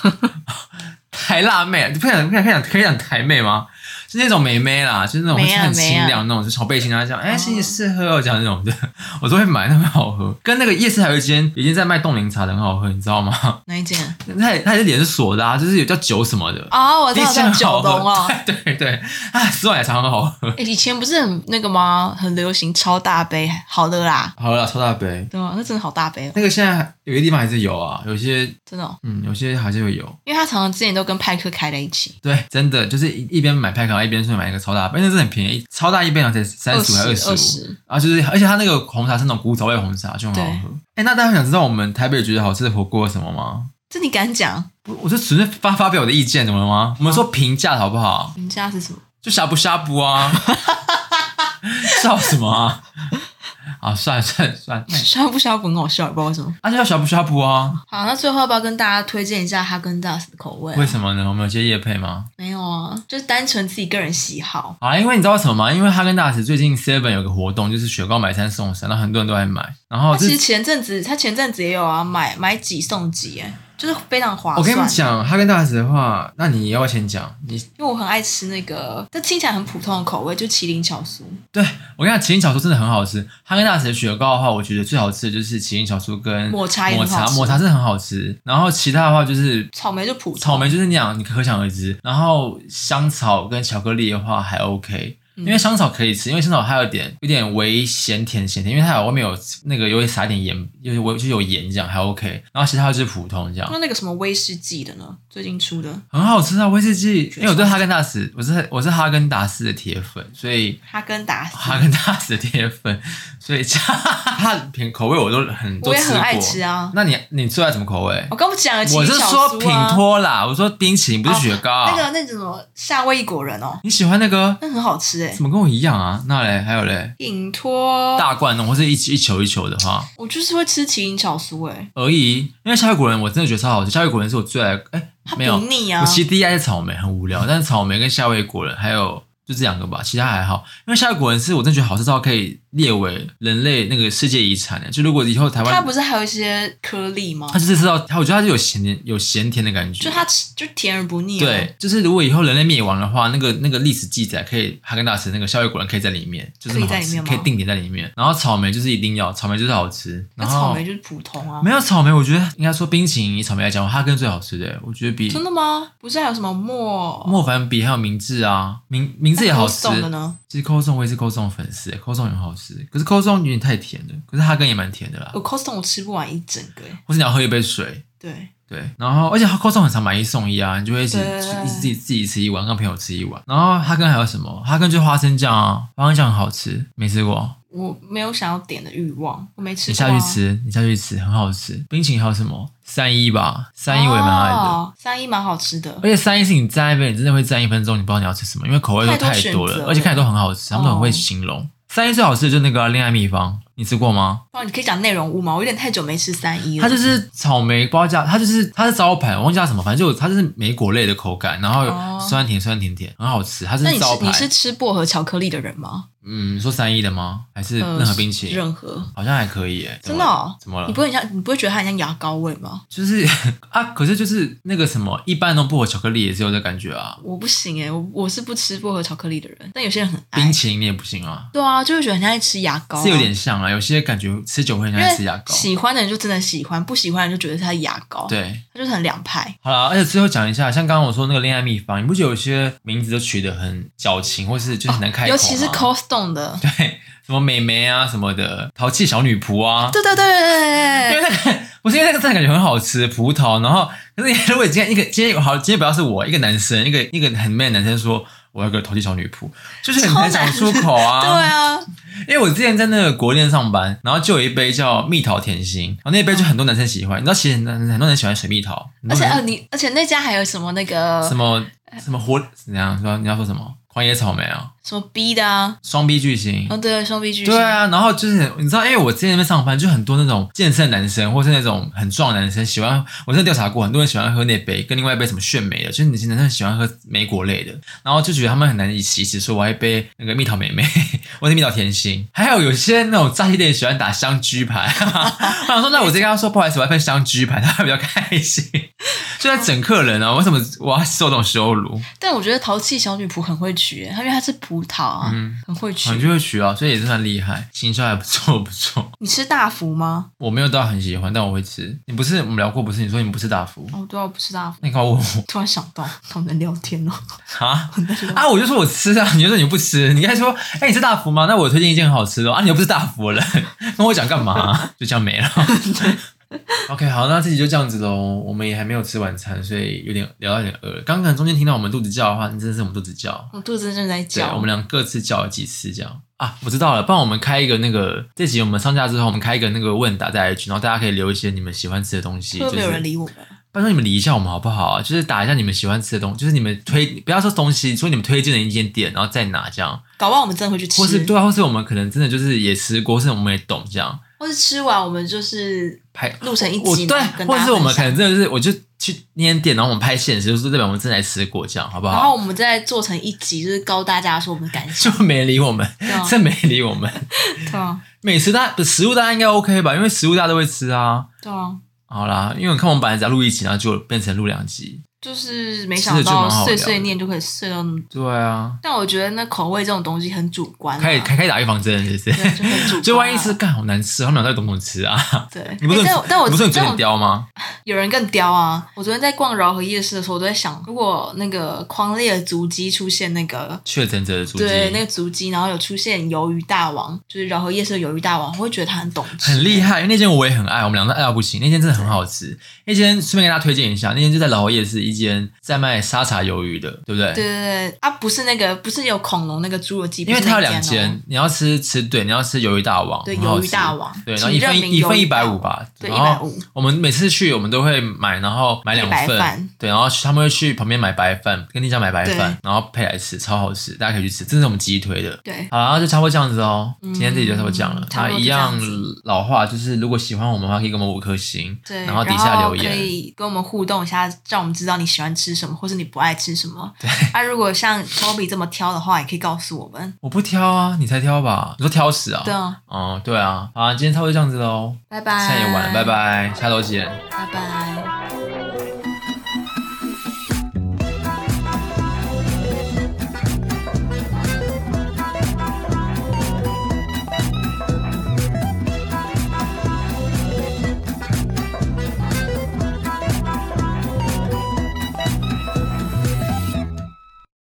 Speaker 2: 台辣妹，啊你不想不想可以讲可以讲台妹吗？是那种妹妹啦，就是那种
Speaker 1: 妹啊
Speaker 2: 很清
Speaker 1: 妹
Speaker 2: 凉那种，就小背心啊，这样哎，谢谢适合哦，这 样那种的，我都会买，那很好喝。跟那个夜市还有一间，有一间在卖冻柠茶的，很好喝，你知道吗？
Speaker 1: 哪一件？
Speaker 2: 它也它也是脸是锁的，啊，就是有叫酒什么的，
Speaker 1: 哦，我知
Speaker 2: 那
Speaker 1: 道，
Speaker 2: 间
Speaker 1: 叫
Speaker 2: 很
Speaker 1: 九
Speaker 2: 好喝
Speaker 1: 龙哦。 哎
Speaker 2: 对对对，啊，丝袜奶茶很好喝。
Speaker 1: 诶以前不是很那个吗？很流行超大杯，好的啦，
Speaker 2: 好了，超大杯，
Speaker 1: 对吗？那真的好大杯哦，
Speaker 2: 那个现在有些地方还是有啊，有些
Speaker 1: 真的、哦，
Speaker 2: 嗯，有些还是会有。
Speaker 1: 因为他常常之前都跟派克开在一起，
Speaker 2: 对，真的就是一一边买派卡，一边去买一个超大杯，那真的很便宜，超大一杯好像才三十五还
Speaker 1: 二
Speaker 2: 二十五。
Speaker 1: 十，
Speaker 2: 啊，就是而且它那个红茶是那种古早味红茶，就很好喝。哎、那大家想知道我们台北觉得好吃的火锅有什么吗？
Speaker 1: 这你敢讲？
Speaker 2: 我我就纯粹发发表我的意见，怎么了吗？我们说评价的好不好？
Speaker 1: 评价是什 么？
Speaker 2: 就呷不呷不 啊？笑什么啊？啊，算了算了算了，
Speaker 1: 笑不笑不很好笑，也不知道为什么。
Speaker 2: 啊就叫呷不呷不啊？
Speaker 1: 好，那最后要不要跟大家推荐一下哈根达斯的口味啊、
Speaker 2: 为什么呢？我们有接夜配吗？
Speaker 1: 没有啊，就是单纯自己个人喜好。
Speaker 2: 啊，因为你知道为什么吗？因为哈根达斯最近 Seven 有个活动，就是雪糕买三送三，然后很多人都在买。然后
Speaker 1: 他
Speaker 2: 这
Speaker 1: 其实前阵子，他前阵子也有啊，买买几送几，哎，就是非常划
Speaker 2: 我
Speaker 1: 算。
Speaker 2: 跟你，讲，哈根达斯的话，那你要不要先讲？你
Speaker 1: 因为我很爱吃那个，但听起来很普通的口味，就麒麟巧酥。
Speaker 2: 对我跟你讲，麒麟小酥真的很好吃。哈根达斯的雪糕的话，我觉得最好吃的就是麒麟小酥跟
Speaker 1: 抹茶也
Speaker 2: 抹
Speaker 1: 很好
Speaker 2: 茶，
Speaker 1: 吃
Speaker 2: 抹茶真的很好吃。然后其他的话就是
Speaker 1: 草莓就普通，
Speaker 2: 草莓就是那样，你可想而知。然后香草跟巧克力的话还 OK。因
Speaker 1: 嗯
Speaker 2: 为香草可以吃，因为香草它有点有点微咸甜咸甜，因为它有外面有那个有会撒一点盐，就是我就是有盐这样还 OK。然后其他就是普通这样，
Speaker 1: 那那个什么威士忌的呢？最近出的
Speaker 2: 很好吃啊威士忌。因为我对哈根达斯，我是我是哈根达斯的铁粉，所以
Speaker 1: 哈根达斯，
Speaker 2: 哈根达斯的铁粉，所以 它的品口味我都很都
Speaker 1: 我也
Speaker 2: 吃过。
Speaker 1: 很爱吃啊。
Speaker 2: 那你你最爱什么口味？
Speaker 1: 我刚不讲了，
Speaker 2: 我
Speaker 1: 麒
Speaker 2: 是
Speaker 1: 麟巧
Speaker 2: 说品
Speaker 1: 酥啊，哦
Speaker 2: 托啦，我说冰淇淋不是雪糕。啊
Speaker 1: 那个那个什么夏威夷果仁哦，
Speaker 2: 你喜欢那个？
Speaker 1: 那很好吃哎。
Speaker 2: 怎么跟我一样啊？那嘞，还有嘞，
Speaker 1: 品托，
Speaker 2: 大罐的或是一一球一球的话
Speaker 1: 我就是会吃麒麟巧酥哎，
Speaker 2: 而已。因为夏威夷果仁我真的觉得超好吃，夏威夷果仁是我最爱。哎、
Speaker 1: 它
Speaker 2: 没有
Speaker 1: 不，腻啊
Speaker 2: 我。其实第一爱是草莓，很无聊，但是草莓跟夏威夷果仁还有。就这两个吧，其他还好。因为夏威夷果仁是我真的觉得好吃到可以列为人类那个世界遗产的。欸就如果以后台湾
Speaker 1: 它不是还有一些颗粒吗
Speaker 2: 它？就是吃到，它我觉得它是有咸甜有咸甜的感觉。
Speaker 1: 就它吃就甜而不腻、啊。
Speaker 2: 对，就是如果以后人类灭亡的话，那个那个历史记载可以哈根达斯那个夏威夷果仁可以在里面，就是
Speaker 1: 可以
Speaker 2: 很好
Speaker 1: 在里
Speaker 2: 吃
Speaker 1: 面吗
Speaker 2: 可以定点在里面。然后草莓就是一定要，草莓就是好吃。
Speaker 1: 那
Speaker 2: 然后
Speaker 1: 草莓就是普通啊。
Speaker 2: 没有草莓，我觉得应该说冰淇淋以草莓来讲，哈根最好吃的，我觉得比
Speaker 1: 真的吗？不是还有什么莫
Speaker 2: 莫凡比还有明治啊，明明治也好吃。
Speaker 1: 送的呢？
Speaker 2: 其实 Costco 我也是 Costco 粉丝，Costco 欸很好吃，可是 Costco 有点太甜了，可是哈根也蛮甜的啦。
Speaker 1: 我 Costco 我吃不完一整个耶。
Speaker 2: 或是你要喝一杯水，
Speaker 1: 对，
Speaker 2: 对，然后而且它 c o s 很常买一送一啊，你就会一直
Speaker 1: 对
Speaker 2: 一直自己自己吃一碗，跟朋友吃一碗。然后哈根还有什么？哈根就花生酱啊，花生酱很好吃，没吃过。
Speaker 1: 我没有想要点的欲望，我没吃
Speaker 2: 你
Speaker 1: 过、啊。
Speaker 2: 下去吃，你下去吃，很好吃。冰淇淋还有什么三一吧，三一我也蛮爱的。哎
Speaker 1: 哦，三一蛮好吃的
Speaker 2: 而。且三一是你站在那边，你真的会站一分钟，你不知道你要吃什么，因为口味都太
Speaker 1: 太
Speaker 2: 多
Speaker 1: 多
Speaker 2: 了，
Speaker 1: 选择了哦
Speaker 2: 而且看起来都很好吃，他们都很会形容。三一最好吃的就是那个啊恋、爱秘方，你吃过吗？
Speaker 1: 哦，你可以讲内容物吗？我有点太久没吃三一了。
Speaker 2: 它就是草莓包加，它就是它是招牌，我忘记叫什么，反正就它就是莓果类的口感，然后有
Speaker 1: 哦
Speaker 2: 酸甜酸甜甜，很好吃。它是
Speaker 1: 那你
Speaker 2: 招
Speaker 1: 是
Speaker 2: 牌
Speaker 1: 你。是吃薄荷巧克力的人吗？
Speaker 2: 嗯，你说三一的吗？还是
Speaker 1: 呃
Speaker 2: 任何冰淇淋？
Speaker 1: 任何
Speaker 2: 好像还可以耶、
Speaker 1: 真的哦
Speaker 2: 怎么了？
Speaker 1: 你不会很像，你不会觉得它很像牙膏味吗？
Speaker 2: 就是啊，可是就是那个什么，一般的薄荷巧克力也是有这感觉啊，
Speaker 1: 我不行诶、我我是不吃薄荷巧克力的人，但有些人很爱
Speaker 2: 冰。淇淋你也不行啊，
Speaker 1: 对啊，就会觉得很像在吃牙膏啊、
Speaker 2: 是有点像啊，有些感觉吃久会很
Speaker 1: 因
Speaker 2: 像在吃牙
Speaker 1: 为
Speaker 2: 膏。
Speaker 1: 喜欢的人就真的喜欢，不喜欢的人就觉得它是牙膏，，
Speaker 2: 对，
Speaker 1: 它就是很两派。
Speaker 2: 好啦，而且最后讲一下，像刚刚我说那个恋爱秘方，你不觉得有些名字都取得很矫情，或是就是很难开口、
Speaker 1: 哦
Speaker 2: 啊
Speaker 1: 尤其是 Cold Stone 的，
Speaker 2: 对啊什么美眉啊什么的，淘气小女仆啊，
Speaker 1: 对对对对
Speaker 2: 因
Speaker 1: 对对
Speaker 2: 为那个不是因为那个真的感觉很好吃，葡萄。然后，可是如果今天一个今天有好，今天不要是我一个男生，一个一个很 man 的男生说我要个投机小女仆，就是很难讲出口
Speaker 1: 对
Speaker 2: 啊。
Speaker 1: 啊！
Speaker 2: 因为我之前在那个国店上班，然后就有一杯叫蜜桃甜心，然后那杯就很多男生喜欢。你知道，其实很多很多人喜欢水蜜桃，
Speaker 1: 而且
Speaker 2: 很多
Speaker 1: 呃，
Speaker 2: 人
Speaker 1: 你而且那家还有什么那个
Speaker 2: 嗯什么什么火怎样？你说你要说什么？狂野草莓啊，
Speaker 1: 什么 B 的啊，
Speaker 2: 双 B 巨星。
Speaker 1: 哦对，双 B 巨星，
Speaker 2: 对啊，然后就是你知道，因为哎我之前在那边上班，就很多那种健身的男生，或是那种很壮的男生，喜欢我真的调查过，很多人喜欢喝那杯，跟另外一杯什么炫美的，就是你男生喜欢喝莓果类的，然后就觉得他们很难以启齿，说我要一杯那个蜜桃美妹， 或者蜜桃甜心，还有有些那种炸鸡店喜欢打香鸡排， 我想说那我直接跟他说不好意思，我要份香鸡排，他会比较开心，就在整客人啊，为什么我要受这种羞辱？
Speaker 1: 但我觉得淘气小女仆很会取，她因为她是葡萄啊，很会
Speaker 2: 嗯
Speaker 1: 取
Speaker 2: 很。就会取啊，所以也是算厉害，行销还不错不错。
Speaker 1: 你吃大福吗？
Speaker 2: 我没有到很喜欢，但我会吃。你不是我们聊过，不是你说你不吃大福？
Speaker 1: 哦，对啊，我不吃大福。
Speaker 2: 那你刚问我
Speaker 1: 突然想到，他们在聊天哦。
Speaker 2: 啊 啊！我就说我吃啊，你就说你不吃，你该说哎、你吃大福吗？那我推荐一件很好吃的哦啊，你又不是大福 人，跟我讲干嘛、 就这样没了。OK，好，那这集就这样子喽。我们也还没有吃晚餐，所以有点聊到有点饿了。刚刚可能中间听到我们肚子叫的话，那真的是我们肚子叫。
Speaker 1: 我肚子正在
Speaker 2: 对，
Speaker 1: 叫。
Speaker 2: 我们俩各自叫了几次这样啊？我知道了，不然我们开一个那个这集我们上架之后，我们开一个那个问答在 IG，然后大家可以留一些你们喜欢吃的东西，
Speaker 1: 会不
Speaker 2: 就
Speaker 1: 会有
Speaker 2: 是
Speaker 1: 人理我们？
Speaker 2: 拜托你们理一下我们好不好啊？就是打一下你们喜欢吃的东西，就是你们推不要说东西，说你们推荐的一间店，然后在哪这样，
Speaker 1: 搞不好我们真的会去吃，
Speaker 2: 或是对啊，或是我们可能真的就是也吃过，或是我们也懂这样
Speaker 1: 或是吃完我们就是
Speaker 2: 拍。
Speaker 1: 录成一
Speaker 2: 我
Speaker 1: 集，
Speaker 2: 对
Speaker 1: 然后，跟大
Speaker 2: 或
Speaker 1: 家
Speaker 2: 是我们
Speaker 1: 分
Speaker 2: 可
Speaker 1: 享
Speaker 2: 能真的是，我就去那间店，然后我们拍现实，就是代表我们真的来吃过这样，好不
Speaker 1: 然后
Speaker 2: 好？
Speaker 1: 我们再做成一集，就是告大家说我们的感
Speaker 2: 就
Speaker 1: 想。
Speaker 2: 没理我们
Speaker 1: 啊，
Speaker 2: 真没理我们。
Speaker 1: 对啊，
Speaker 2: 美食大不食物大家应该 OK 吧？因为食物大家都会吃啊。
Speaker 1: 对啊，
Speaker 2: 好啦，因为我看我们本来只要录一集，然后就变成录两集。
Speaker 1: 就是没
Speaker 2: 吃
Speaker 1: 想
Speaker 2: 的就
Speaker 1: 到
Speaker 2: 蛮好
Speaker 1: 碎
Speaker 2: 聊
Speaker 1: 碎
Speaker 2: 的
Speaker 1: 念就可以碎到那么。
Speaker 2: 对啊，
Speaker 1: 但我觉得那口味这种东西很主观、啊，
Speaker 2: 开始开开始打预防针，是不
Speaker 1: 对就 很主
Speaker 2: 是？
Speaker 1: 观
Speaker 2: 就万一
Speaker 1: 啊
Speaker 2: 是干好难吃，他们俩到底懂不懂吃啊？
Speaker 1: 对。
Speaker 2: 你不是
Speaker 1: 欸
Speaker 2: 很、
Speaker 1: 但但我
Speaker 2: 你不是
Speaker 1: 这
Speaker 2: 很嘴
Speaker 1: 种
Speaker 2: 很刁吗？
Speaker 1: 有人更刁啊！我昨天在逛饶河夜市的时候，我都在想，如果那个狂烈的足迹出现那个。
Speaker 2: 确诊者的足迹，
Speaker 1: 对，那个足迹，然后有出现鱿鱼大王，就是饶河夜市的鱿鱼大王，我会觉得他很懂吃，
Speaker 2: 很厉。害。因为那间我也很爱，我们两个都爱到不行。那间真的很好吃。那间顺便跟大家推荐一下，那间就在老侯夜市一间在卖沙茶鱿鱼的，对不对？
Speaker 1: 对对对，啊，不是那个，不是有恐龙那个侏罗纪，
Speaker 2: 因为
Speaker 1: 不是
Speaker 2: 它
Speaker 1: 那
Speaker 2: 有两
Speaker 1: 间哦
Speaker 2: 间，，你要吃吃对，你要吃鱿鱼大王，
Speaker 1: 对
Speaker 2: 很好
Speaker 1: 鱿鱼
Speaker 2: 吃
Speaker 1: 大王
Speaker 2: 对，然
Speaker 1: 请
Speaker 2: 后一份
Speaker 1: 认明
Speaker 2: 一份
Speaker 1: 鱿
Speaker 2: 一
Speaker 1: 鱼大
Speaker 2: 百五
Speaker 1: 王
Speaker 2: 吧，
Speaker 1: 对
Speaker 2: 然后
Speaker 1: 150
Speaker 2: 我们每次去我们都会买，然后买两
Speaker 1: 配白
Speaker 2: 份
Speaker 1: 饭，
Speaker 2: 对，然后去他们会去旁边买白饭，跟店家买白饭
Speaker 1: 对，
Speaker 2: 然后配来吃，超好吃，大家可以去吃，这是我们鸡腿的。
Speaker 1: 对，
Speaker 2: 好啦，那就差不多这样子哦。今天这集就差不多这样了
Speaker 1: 嗯。差
Speaker 2: 那
Speaker 1: 不多
Speaker 2: 一
Speaker 1: 就这样
Speaker 2: 样
Speaker 1: 子
Speaker 2: 老话，就是如果喜欢我们的话，可以给我们五颗星，
Speaker 1: 对，
Speaker 2: 然后底下留
Speaker 1: 可
Speaker 2: 言。
Speaker 1: 以跟我们互动一下，让我们知道你喜欢吃什么，或是你不爱吃什么。对，啊，如果像 Toby 这么挑的话，也可以告诉我们。
Speaker 2: 我不挑啊，你才挑吧？你说挑食啊？
Speaker 1: 对。啊，
Speaker 2: 哦，对啊。好啊，今天差不多这样子喽。
Speaker 1: 拜拜，
Speaker 2: 现在也晚了，拜，拜，下周见。
Speaker 1: 拜拜。